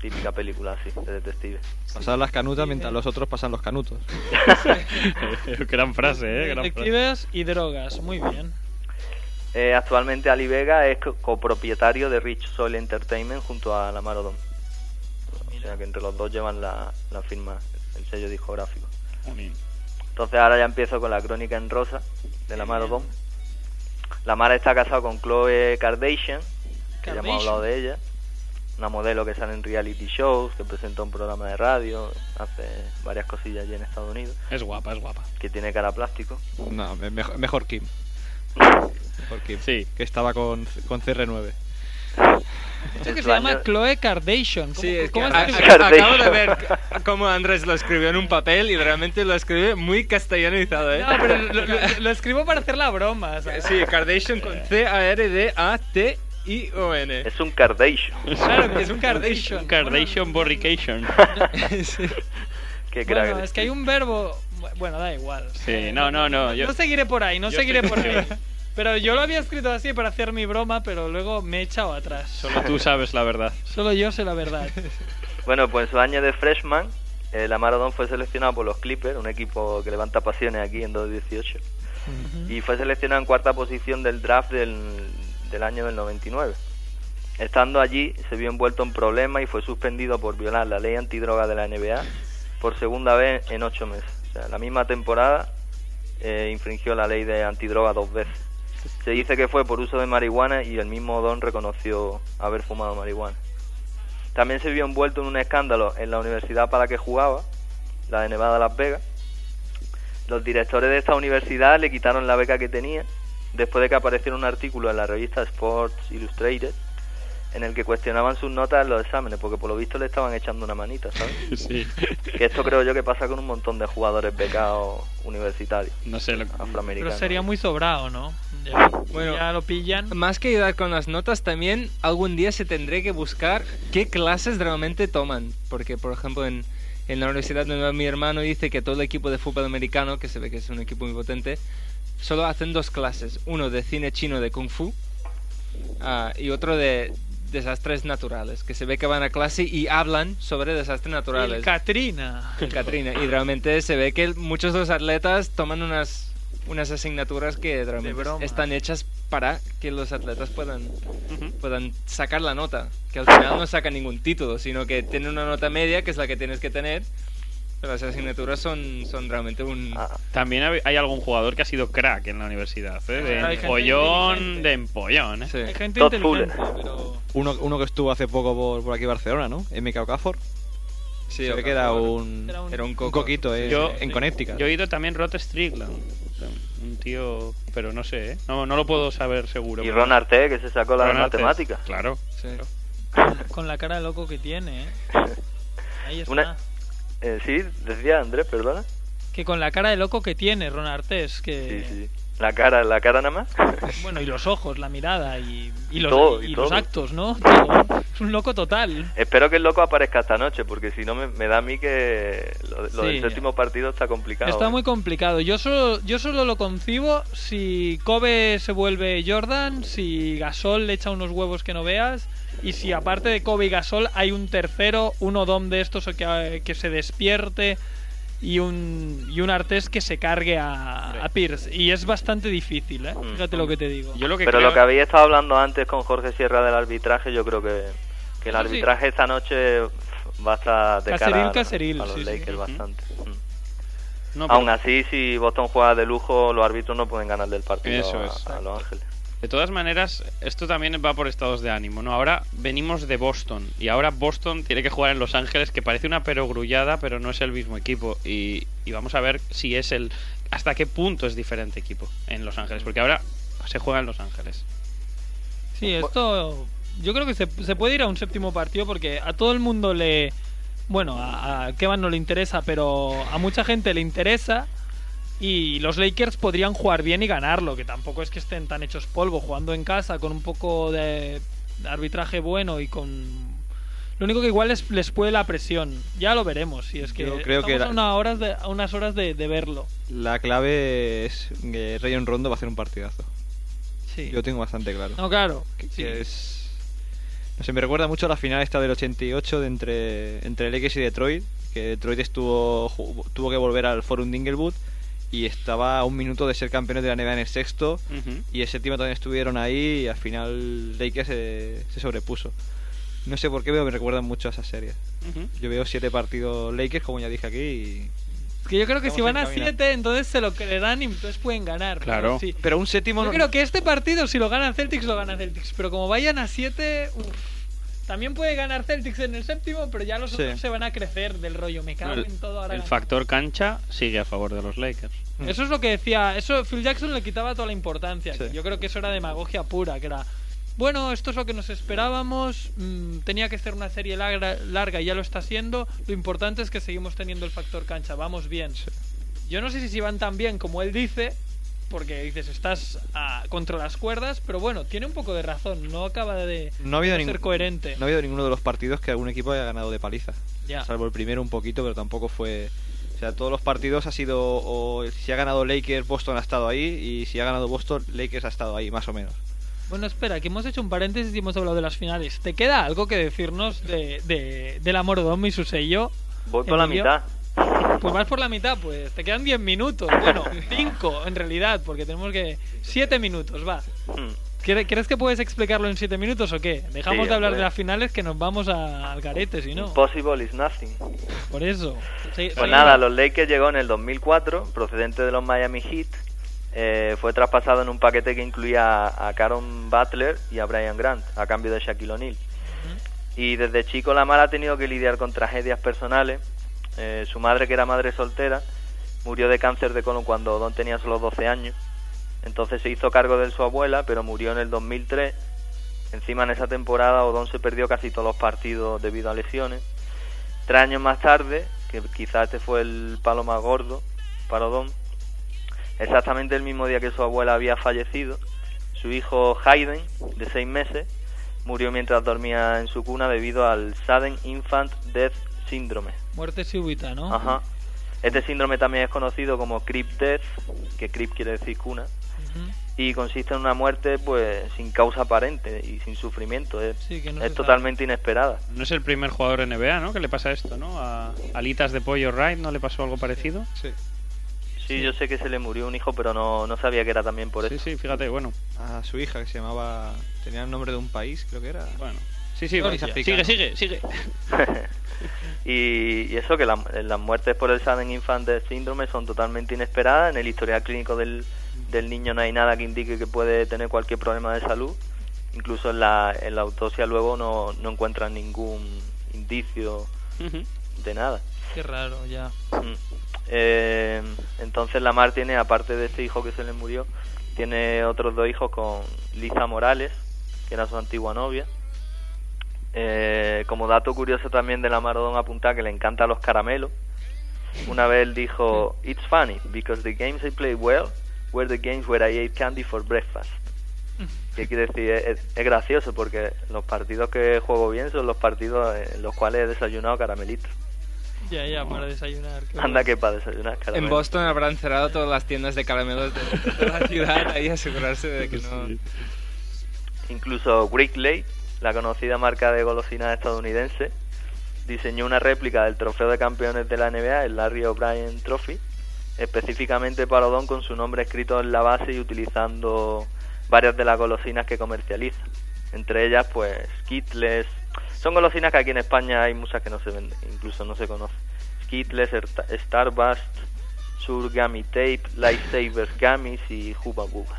S10: Típica película así, de detective.
S1: Pasar las canutas mientras los otros pasan los canutos.
S5: gran frase, ¿eh? Gran frase.
S4: Detectives y drogas, muy bien.
S10: Eh, actualmente Ali Vega es co- copropietario de Rich Soil Entertainment junto a la Marodon. O sea que entre los dos llevan la, la firma, el sello discográfico. Entonces ahora ya empiezo con la crónica en rosa de la Marodon. La Mara está casada con Chloe Kardashian, que ya hemos
S12: Kardashian.
S10: hablado de ella. Una modelo que sale en reality shows, que presenta un programa de radio, hace varias cosillas allí en Estados Unidos,
S5: Es guapa, es guapa.
S10: que tiene cara a plástico.
S1: No, me- mejor, mejor Kim. Mejor Kim. Sí. Que estaba con, con CR9.
S4: Esto que se llama Chloe Kardashian. ¿Cómo,
S8: Sí, es que
S4: cómo
S10: Ah,
S8: a-
S4: se
S8: a-
S4: escribe?
S8: acabo de ver c- cómo Andrés lo escribió en un papel y realmente lo escribe muy castellanizado, ¿eh?
S4: No, pero lo, lo- lo escribo para hacer la broma. ¿sabes?
S8: Sí, Kardashian con C-A-R-D-A-T-I-O-N.
S10: Es un Kardashian.
S4: Claro, que es un Kardashian.
S5: Kardashian Borrication.
S10: Qué
S4: Bueno, es que hay un verbo. Bueno, da igual.
S5: Sí, no, no, no. yo-
S4: No seguiré por ahí, no
S5: yo
S4: seguiré
S5: estoy
S4: por ahí.
S5: contigo.
S4: Pero yo lo había escrito así para hacer mi broma, pero luego me he echado atrás.
S5: Solo tú sabes la verdad.
S4: Solo yo sé la verdad.
S10: Bueno, pues en su año de freshman, eh, la Maradón fue seleccionada por los Clippers, un equipo que levanta pasiones aquí en 2018. Y fue seleccionada en cuarta posición del draft del, del año del 99. Estando allí, se vio envuelto en problemas y fue suspendido por violar la ley antidroga de la NBA por segunda vez en ocho meses. O sea, la misma temporada eh, infringió la ley de antidroga dos veces. Se dice que fue por uso de marihuana y el mismo Don reconoció haber fumado marihuana. También se vio envuelto en un escándalo en la universidad para la que jugaba, la de Nevada Las Vegas. Los directores de esta universidad le quitaron la beca que tenía después de que apareciera un artículo en la revista Sports Illustrated en el que cuestionaban sus notas en los exámenes, porque por lo visto le estaban echando una manita, ¿sabes?
S5: Sí.
S10: Que esto creo yo que pasa con un montón de jugadores becados universitarios.
S5: No sé, lo...
S4: Pero
S10: afroamericanos.
S4: sería muy sobrado, ¿no? Ya,
S8: Bueno,
S4: ya lo pillan.
S8: Más que ayudar con las notas, también algún día se tendré que buscar qué clases realmente toman. Porque, por ejemplo, en, en la universidad donde va mi hermano dice que todo el equipo de fútbol americano, que se ve que es un equipo muy potente, solo hacen dos clases. Uno de cine chino de kung fu ah, y otro de desastres naturales. Que se ve que van a clase y hablan sobre desastres naturales.
S4: El Katrina.
S8: El Katrina. Y realmente se ve que el- muchos de los atletas toman unas, unas asignaturas que realmente
S4: broma.
S8: están hechas para que los atletas puedan, puedan sacar la nota. Que al final no sacan ningún título, sino que tienen una nota media, que es la que tienes que tener. Pero las asignaturas son, son realmente un...
S1: Ah,
S5: También hab- hay algún jugador que ha sido crack en la universidad,
S4: Ah,
S5: ¿eh?
S8: Claro,
S5: De
S8: hay gente
S5: empollón, de empollón, ¿eh?
S8: Hay
S4: gente
S1: Todd
S4: inteligente,
S1: Fuller.
S4: pero...
S1: Uno, uno que estuvo hace poco por, por aquí Barcelona, ¿no? MK Okafor.
S8: Sí,
S1: Se ve
S8: Okafor.
S1: que era un,
S4: Era un-
S1: coquito eh,
S5: Yo-
S1: en Connecticut.
S5: Yo he oído también Rod Strickland. Un tío, pero no sé, ¿eh? No, no lo puedo saber seguro.
S10: Y Ron Arté, que se sacó la de
S5: Ron Arté,
S10: matemáticas.
S5: Claro.
S4: Con la cara de loco que tiene, ¿eh? Ahí está.
S10: Una- Eh, sí, decía Andrés, perdona.
S4: Que con la cara de loco que tiene Ron Artés, que...
S10: La cara, la cara nada más.
S4: Bueno, y los ojos, la mirada y, y los,
S10: Todo, y
S4: y los
S10: todo.
S4: actos, ¿no? Todo. Es un loco total.
S10: Espero que el loco aparezca esta noche, porque si no me, me da a mí que lo, lo
S4: Sí.
S10: del séptimo partido está complicado.
S4: Está
S10: ¿eh?
S4: muy complicado. Yo solo, yo solo lo concibo si Kobe se vuelve Jordan, si Gasol le echa unos huevos que no veas, y si aparte de Kobe y Gasol hay un tercero, un Odom de estos que, que se despierte y un, y un Artés que se cargue a, a Pierce. Y es bastante difícil, ¿eh?
S10: Mm.
S4: Fíjate lo que te digo.
S10: Pero lo que habéis estado hablando antes con Jorge Sierra del arbitraje, yo creo que, que el
S4: Eso sí.
S10: arbitraje esta noche pf, va a estar de
S4: Caseril,
S10: cara a-
S4: caseril,
S10: a los
S4: sí, sí.
S10: Lakers bastante.
S5: No,
S10: Aún
S5: pero-
S10: así, si Boston juega de lujo, los árbitros no pueden ganar del partido
S5: Eso
S10: a-
S5: es.
S10: a Los Ángeles.
S5: De todas maneras, esto también va por estados de ánimo, ¿no? Ahora venimos de Boston y ahora Boston tiene que jugar en Los Ángeles, que parece una perogrullada, pero no es el mismo equipo. Y, y vamos a ver si es el. hasta qué punto es diferente equipo en Los Ángeles, porque ahora se juega en Los Ángeles.
S4: Sí, esto. Yo creo que se, se puede ir a un séptimo partido porque a todo el mundo le. Bueno, a, a Kevin no le interesa, pero a mucha gente le interesa. Y los Lakers podrían jugar bien y ganarlo, que tampoco es que estén tan hechos polvo jugando en casa con un poco de arbitraje bueno y con. Lo único que igual es- les puede la presión. Ya lo veremos, si es que.
S1: Yo creo que
S4: estamos
S1: la-
S4: a, una horas de- a unas horas de, de verlo.
S1: La clave es que Rayon Rondo va a hacer un partidazo.
S4: Sí.
S1: Yo tengo bastante claro.
S4: No, claro.
S1: Que-
S4: sí.
S1: que es- Se me recuerda mucho a la final esta del 88 de entre, entre Legacy y Detroit, que Detroit estuvo ju- tuvo que volver al Forum de Inglewood y estaba a un minuto de ser campeones de la NBA en el sexto
S5: Ujú.
S1: y el séptimo también estuvieron ahí y al final Lakers se, se sobrepuso. No sé por qué, pero me recuerdan mucho a esas series.
S5: Ujú.
S1: Yo veo siete partidos Lakers, como ya dije aquí, y
S4: Que yo creo que si
S1: Estamos
S4: van a
S1: encaminados.
S4: 7, entonces se lo creerán y entonces pueden ganar. pero
S1: Claro.
S4: sí.
S1: Pero un séptimo
S4: Yo
S1: no-
S4: creo que este partido, si lo gana Celtics, lo gana Celtics. Pero como vayan a 7, también puede ganar Celtics en el séptimo, pero ya los
S5: Sí.
S4: otros se van a crecer del rollo. Me cago
S5: El-
S4: en todo ahora.
S5: El
S4: ganar.
S5: factor cancha sigue a favor de los Lakers.
S4: Eso es lo que decía. Eso Phil Jackson le quitaba toda la importancia. Yo creo que eso era demagogia pura, que era. Bueno, esto es lo que nos esperábamos. mm, tenía que ser una serie larga, larga y ya lo está siendo. Lo importante es que seguimos teniendo el factor cancha. Vamos bien. Yo no sé si si van tan bien como él dice, porque dices estás ah, contra las cuerdas, pero bueno, tiene un poco de razón. No acaba de,
S1: no ha habido
S4: de ser
S1: ningún-
S4: coherente.
S1: No ha habido ninguno de los partidos que algún equipo haya ganado de paliza.
S4: Ya.
S1: Salvo el primero un poquito, pero tampoco fue. O sea, todos los partidos ha sido. O si ha ganado Lakers, Boston ha estado ahí. Y si ha ganado Boston, Lakers ha estado ahí, más o menos.
S4: Bueno, espera, que hemos hecho un paréntesis y hemos hablado de las finales. ¿Te queda algo que decirnos de, de, del Amordom y su sello?
S10: Voy por la
S4: Emilio?
S10: mitad.
S4: Pues vas por la mitad, pues te quedan 10 minutos. Bueno, 5 en realidad, porque tenemos que. 7 minutos, va.
S10: Hmm.
S4: ¿Quiere- ¿Crees que puedes explicarlo en 7 minutos o qué? Dejamos
S10: Sí,
S4: de hablar
S10: hombre.
S4: de las finales que nos vamos a- al garete, si no.
S10: Impossible is nothing.
S4: Por eso. Sí,
S10: Pues
S4: sí.
S10: nada, los Lakers llegó en el 2004, procedente de los Miami Heat. Eh, fue traspasado en un paquete que incluía a, a Caron Butler y a Brian Grant, a cambio de Shaquille O'Neal. Y desde chico Lamar ha tenido que lidiar con tragedias personales. Eh, su madre, que era madre soltera, murió de cáncer de colon cuando Don tenía solo 12 años. Entonces se hizo cargo de su abuela, pero murió en el 2003. Encima en esa temporada Odón se perdió casi todos los partidos debido a lesiones. Tres años más tarde, que quizás este fue el palo más gordo para Odón, exactamente el mismo día que su abuela había fallecido, su hijo Hayden, de seis meses, murió mientras dormía en su cuna debido al Sudden Infant Death Syndrome.
S4: Muerte súbita, ¿no?
S10: Ajá. Este síndrome también es conocido como creep death, que creep quiere decir cuna, y consiste en una muerte pues sin causa aparente y sin sufrimiento. Es,
S4: que no
S10: es
S4: se
S10: totalmente inesperada.
S5: No es el primer jugador NBA, ¿no? Que le pasa esto, ¿no? A Alitas de Pollo Wright, ¿no le pasó algo parecido?
S1: Sí.
S10: Sí, yo sé que se le murió un hijo, pero no, no sabía que era también por
S5: Sí,
S10: eso.
S5: sí, fíjate, bueno.
S1: A su hija, que se llamaba. Tenía el nombre de un país, creo que era.
S5: Bueno. Sí, sí,
S1: País
S5: vaya.
S1: africano.
S5: Sigue, sigue, sigue.
S10: y, y eso, que la- las muertes por el Sudden Infant Death Syndrome son totalmente inesperadas. En el historial clínico del, del niño no hay nada que indique que puede tener cualquier problema de salud. Incluso en la, en la autopsia luego no, no encuentran ningún indicio
S4: Ujú.
S10: de nada.
S4: Qué raro, ya.
S10: Mm. Eh, entonces Lamar tiene, aparte de este hijo que se le murió, tiene otros dos hijos con Liza Morales, que era su antigua novia. Eh, como dato curioso también de Lamar Odom apuntar que le encantan los caramelos. Una vez él dijo, It's funny, because the games I played well were the games where I ate candy for breakfast. ¿Qué quiere decir? Es, es- es gracioso porque los partidos que juego bien son los partidos en los cuales he desayunado caramelitos.
S4: Ya, ya, para desayunar. qué
S10: Anda
S4: bueno.
S10: que para desayunar
S8: En
S10: caramelos.
S8: Boston habrán cerrado todas las tiendas de caramelos de, de la ciudad ahí asegurarse de que no.
S10: Incluso Wrigley, la conocida marca de golosinas estadounidense, diseñó una réplica del trofeo de campeones de la NBA, el Larry O'Brien Trophy, específicamente para Odón con su nombre escrito en la base y utilizando varias de las golosinas que comercializa. Entre ellas, pues, Skittles. Son golosinas que aquí en España hay muchas que no se venden, incluso no se conocen. Skittles, Erta- Starbust, Sur Gummy Tape, Lightsabers Gummies y Hubba Bubba.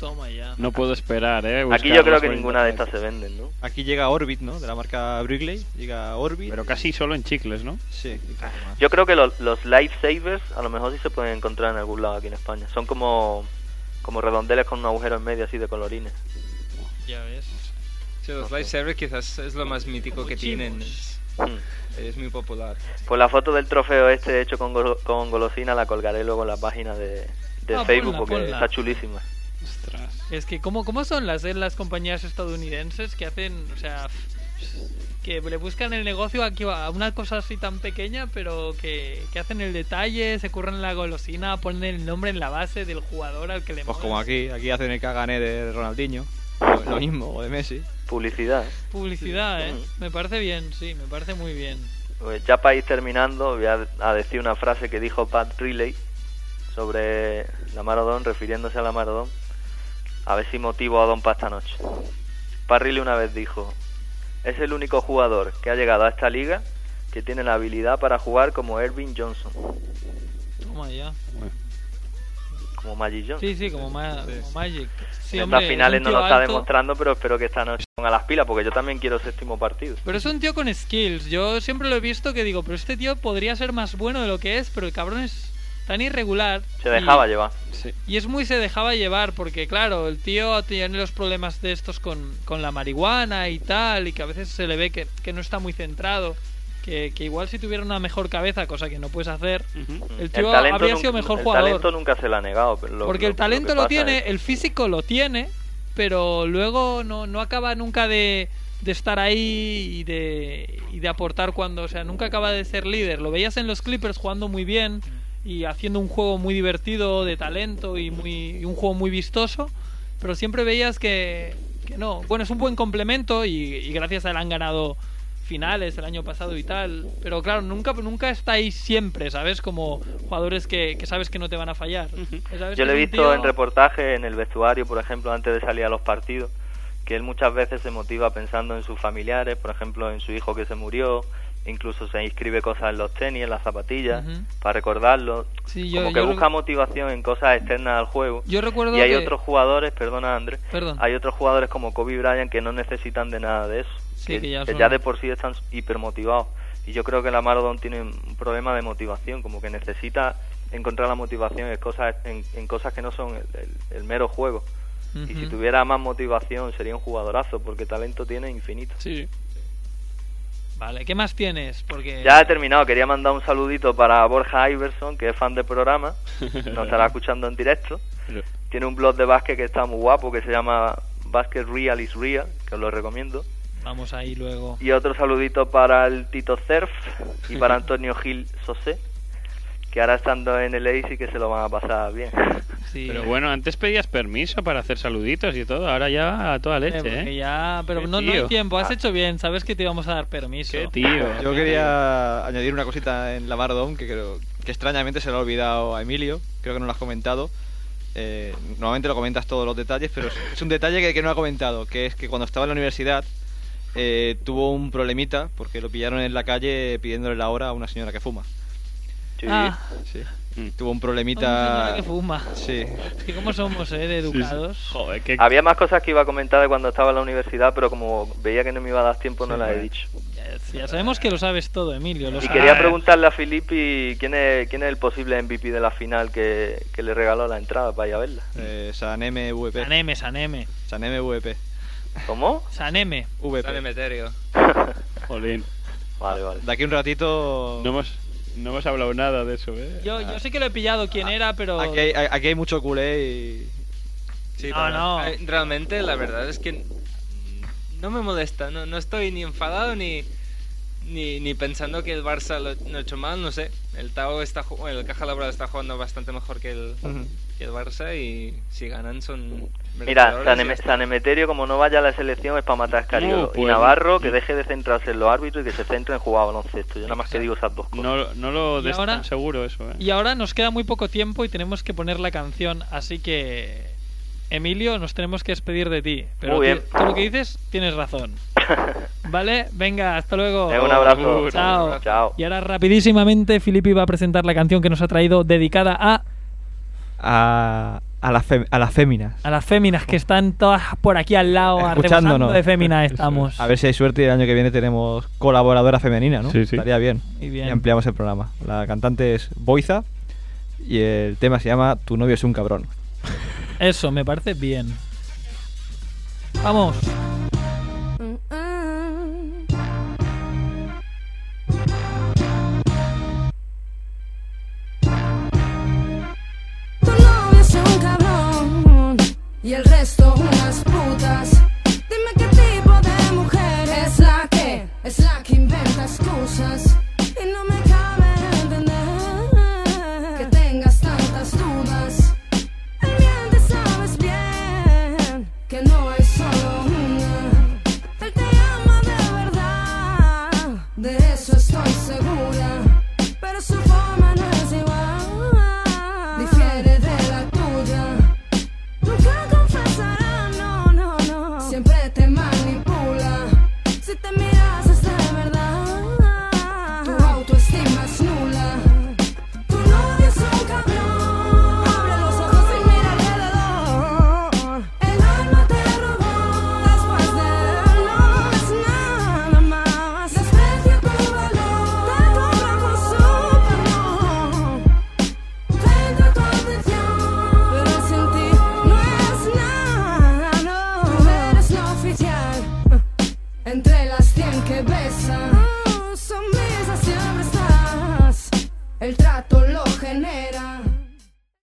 S4: Toma ya.
S5: No puedo esperar, ¿eh?
S10: Aquí yo creo que ninguna de estas se venden, ¿no?
S1: Aquí llega Orbit, ¿no? De la marca Wrigley. Llega Orbit.
S5: Pero casi solo en chicles, ¿no?
S1: Sí. y poco más.
S10: Yo creo que los, los lifesavers a lo mejor sí se pueden encontrar en algún lado aquí en España. Son como, como redondeles con un agujero en medio así de colorines.
S4: Ya ves.
S8: Sí, los lifesavers quizás es lo más mítico que tienen. Es,
S1: Hmm.
S8: es muy popular.
S10: Pues la foto del trofeo este hecho con, golo- con golosina la colgaré luego en la página de, de
S4: Ah,
S10: Facebook
S4: ponla,
S10: porque
S4: ponla.
S10: está chulísima.
S4: Es que, ¿cómo, cómo son las, eh, las compañías estadounidenses que hacen, o sea, que le buscan el negocio aquí a una cosa así tan pequeña, pero que, que hacen el detalle, se curran la golosina, ponen el nombre en la base del jugador al que le
S1: Pues
S4: mola?
S1: como aquí. Aquí hacen el cagané de Ronaldinho. O Lo mismo, o de Messi.
S10: Publicidad.
S4: Publicidad, ¿eh? Me parece bien, sí, me parece muy bien.
S10: Pues ya para ir terminando, voy a, a decir una frase que dijo Pat Riley sobre la Maradón, refiriéndose a la Maradón. A ver si motivo a Don para esta noche. Pat Riley una vez dijo: Es el único jugador que ha llegado a esta liga que tiene la habilidad para jugar como Irving Johnson,
S4: Toma ya.
S10: como Magic Johnson.
S4: Sí, sí, como, ma- como Magic. Sí,
S10: en
S4: hombre,
S10: estas
S4: es
S10: finales
S4: un
S10: no
S4: tío
S10: lo está
S4: alto,
S10: demostrando, pero espero que esta noche se ponga las pilas, porque yo también quiero séptimo partido.
S4: Pero es un tío con skills. Yo siempre lo he visto que digo, pero este tío podría ser más bueno de lo que es, pero el cabrón es tan irregular.
S10: Se
S8: Mm.
S4: y-
S10: dejaba llevar.
S4: Y es muy se dejaba llevar, porque claro, el tío tiene los problemas de estos con, con la marihuana y tal, y que a veces se le ve que, que no está muy centrado. Que, que igual si tuviera una mejor cabeza, cosa que no puedes hacer, el tío habría
S10: nun-
S4: sido mejor
S10: el
S4: jugador.
S10: talento nunca se le ha negado. pero lo-
S4: Porque
S10: lo-
S4: el talento
S10: que
S4: lo,
S10: pasa
S4: tiene,
S10: es-
S4: el físico lo tiene, pero luego no, no acaba nunca de, de estar ahí y de, y de aportar cuando, o sea, nunca acaba de ser líder. Lo veías en los Clippers jugando muy bien y haciendo un juego muy divertido, de talento y, muy, y un juego muy vistoso, pero siempre veías que, que no. Bueno, es un buen complemento y, y gracias a él han ganado finales el año pasado y tal, pero claro, nunca, nunca está ahí siempre, ¿sabes? Como jugadores que, que sabes que no te van a fallar. ¿Sabes?
S10: Yo
S4: Que
S10: lo he
S4: es un
S10: visto
S4: tío-
S10: en reportaje, en el vestuario, por ejemplo, antes de salir a los partidos, que él muchas veces se motiva pensando en sus familiares, por ejemplo, en su hijo que se murió, incluso se inscribe cosas en los tenis, en las zapatillas,
S4: Ujú.
S10: para recordarlo.
S4: Sí, yo-
S10: Como que
S4: yo lo-
S10: busca motivación en cosas externas al juego.
S4: Yo recuerdo
S10: y hay
S4: que-
S10: otros jugadores, perdona Andrés,
S4: Perdón.
S10: hay otros jugadores como Kobe Bryant que no necesitan de nada de eso,
S4: Sí, que ya son-
S10: de por sí están hipermotivados. Y yo creo que la Maradona tiene un problema de motivación, como que necesita encontrar la motivación en cosas, en, en cosas que no son el, el- el mero juego. Y si
S4: Ujú.
S10: tuviera más motivación sería un jugadorazo, porque talento tiene infinito.
S4: Sí. Vale, ¿qué más tienes? Porque
S10: Ya he terminado, quería mandar un saludito para Borja Iverson, que es fan del programa, nos estará escuchando en directo. Tiene un blog de básquet que está muy guapo, que se llama Basket Real is Real, que os lo recomiendo.
S4: vamos ahí luego.
S10: Y otro saludito para el Tito Cerf y para Antonio Gil Sosé, que ahora estando en el y que se lo van a pasar bien.
S5: Pero bueno, antes pedías permiso para hacer saluditos y todo, ahora ya a toda
S4: Eh,
S5: leche,
S4: porque
S5: ¿eh?
S4: ya, pero
S5: Qué
S4: no, no hay
S5: tío.
S4: tiempo, has
S5: Ah.
S4: hecho bien, sabes que te íbamos a dar permiso.
S1: Yo quería añadir una cosita en la Maradón que creo que extrañamente se lo ha olvidado a Emilio. Creo que no lo has comentado. Eh, normalmente lo comentas todos los detalles, pero es, es un detalle que, que no ha comentado, que es que cuando estaba en la universidad eh, tuvo un problemita porque lo pillaron en la calle pidiéndole la hora a una señora que fuma.
S10: Sí.
S4: Ah.
S1: Sí. Tuvo un
S4: Una
S1: problemita.
S4: señora que fuma.
S1: Sí.
S4: Sí, ¿Cómo somos, eh, de educados?
S5: Joder, qué...
S10: Había más cosas que iba a comentar de cuando estaba en la universidad, pero como veía que no me iba a dar tiempo, no
S4: Sí,
S10: las he
S4: bueno.
S10: dicho.
S4: Ya sabemos que lo sabes todo, Emilio. Lo
S10: Y
S8: Ah,
S4: sabes.
S10: quería preguntarle a Filippi quién es, quién es el posible MVP de la final que, que le regaló la entrada para ir a verla.
S1: Eh, San MVP.
S4: Saneme, Saneme.
S1: Saneme VP.
S10: ¿Cómo?
S4: Saneme.
S1: VP.
S8: Sale Meterio.
S5: Jolín.
S10: Vale, vale.
S1: De aquí un ratito.
S5: No hemos, no hemos hablado nada de eso, ¿eh?
S4: Yo, yo sé que lo he pillado quién era, pero...
S1: Aquí hay, aquí hay mucho culé y.
S8: Sí,
S4: No, no.
S8: eh, Realmente, la verdad es que mm, no me molesta, no, no estoy ni enfadado ni, ni, ni pensando que el Barça lo, lo ha hecho mal, no sé. El Tao está ju- bueno, el Caja Laboral está jugando bastante mejor que el,
S1: Ujú.
S8: que el Barça y si ganan son
S10: Mira, em-,
S8: merecedores
S10: San,
S8: y
S10: Eme-
S8: ya está.
S10: San Emeterio, como no vaya a la selección, es para matar Escariolo.
S5: No,
S10: Y
S5: pues-
S10: Navarro, que deje de centrarse en los árbitros y que se centre en jugar a baloncesto. Yo nada más que digo esas dos cosas.
S5: No, no lo
S4: ¿Y
S5: des
S4: ahora?
S5: tan seguro eso, ¿eh?
S4: Y ahora nos queda muy poco tiempo y tenemos que poner la canción, así que Emilio, nos tenemos que despedir de ti. Pero
S10: Muy
S4: ti-
S10: bien.
S4: tú lo que dices, tienes razón. ¿Vale? Venga, hasta luego.
S10: Eh, un abrazo.
S4: Chao.
S10: Chao.
S4: Y ahora rapidísimamente Filippi va a presentar la canción que nos ha traído dedicada a,
S1: A, a, las fem- a las féminas.
S4: a las féminas que están todas por aquí al lado, arrebosando
S1: Escuchándonos.
S4: de fémina estamos.
S1: A ver si hay suerte y el año que viene tenemos colaboradora femenina, ¿no?
S5: Sí, sí.
S1: Estaría bien.
S4: Y bien.
S1: Y ampliamos el programa. La cantante es Boiza y el tema se llama Tu novio es un cabrón.
S4: Eso, me parece bien. Vamos.
S12: Tu novio es un cabrón y el resto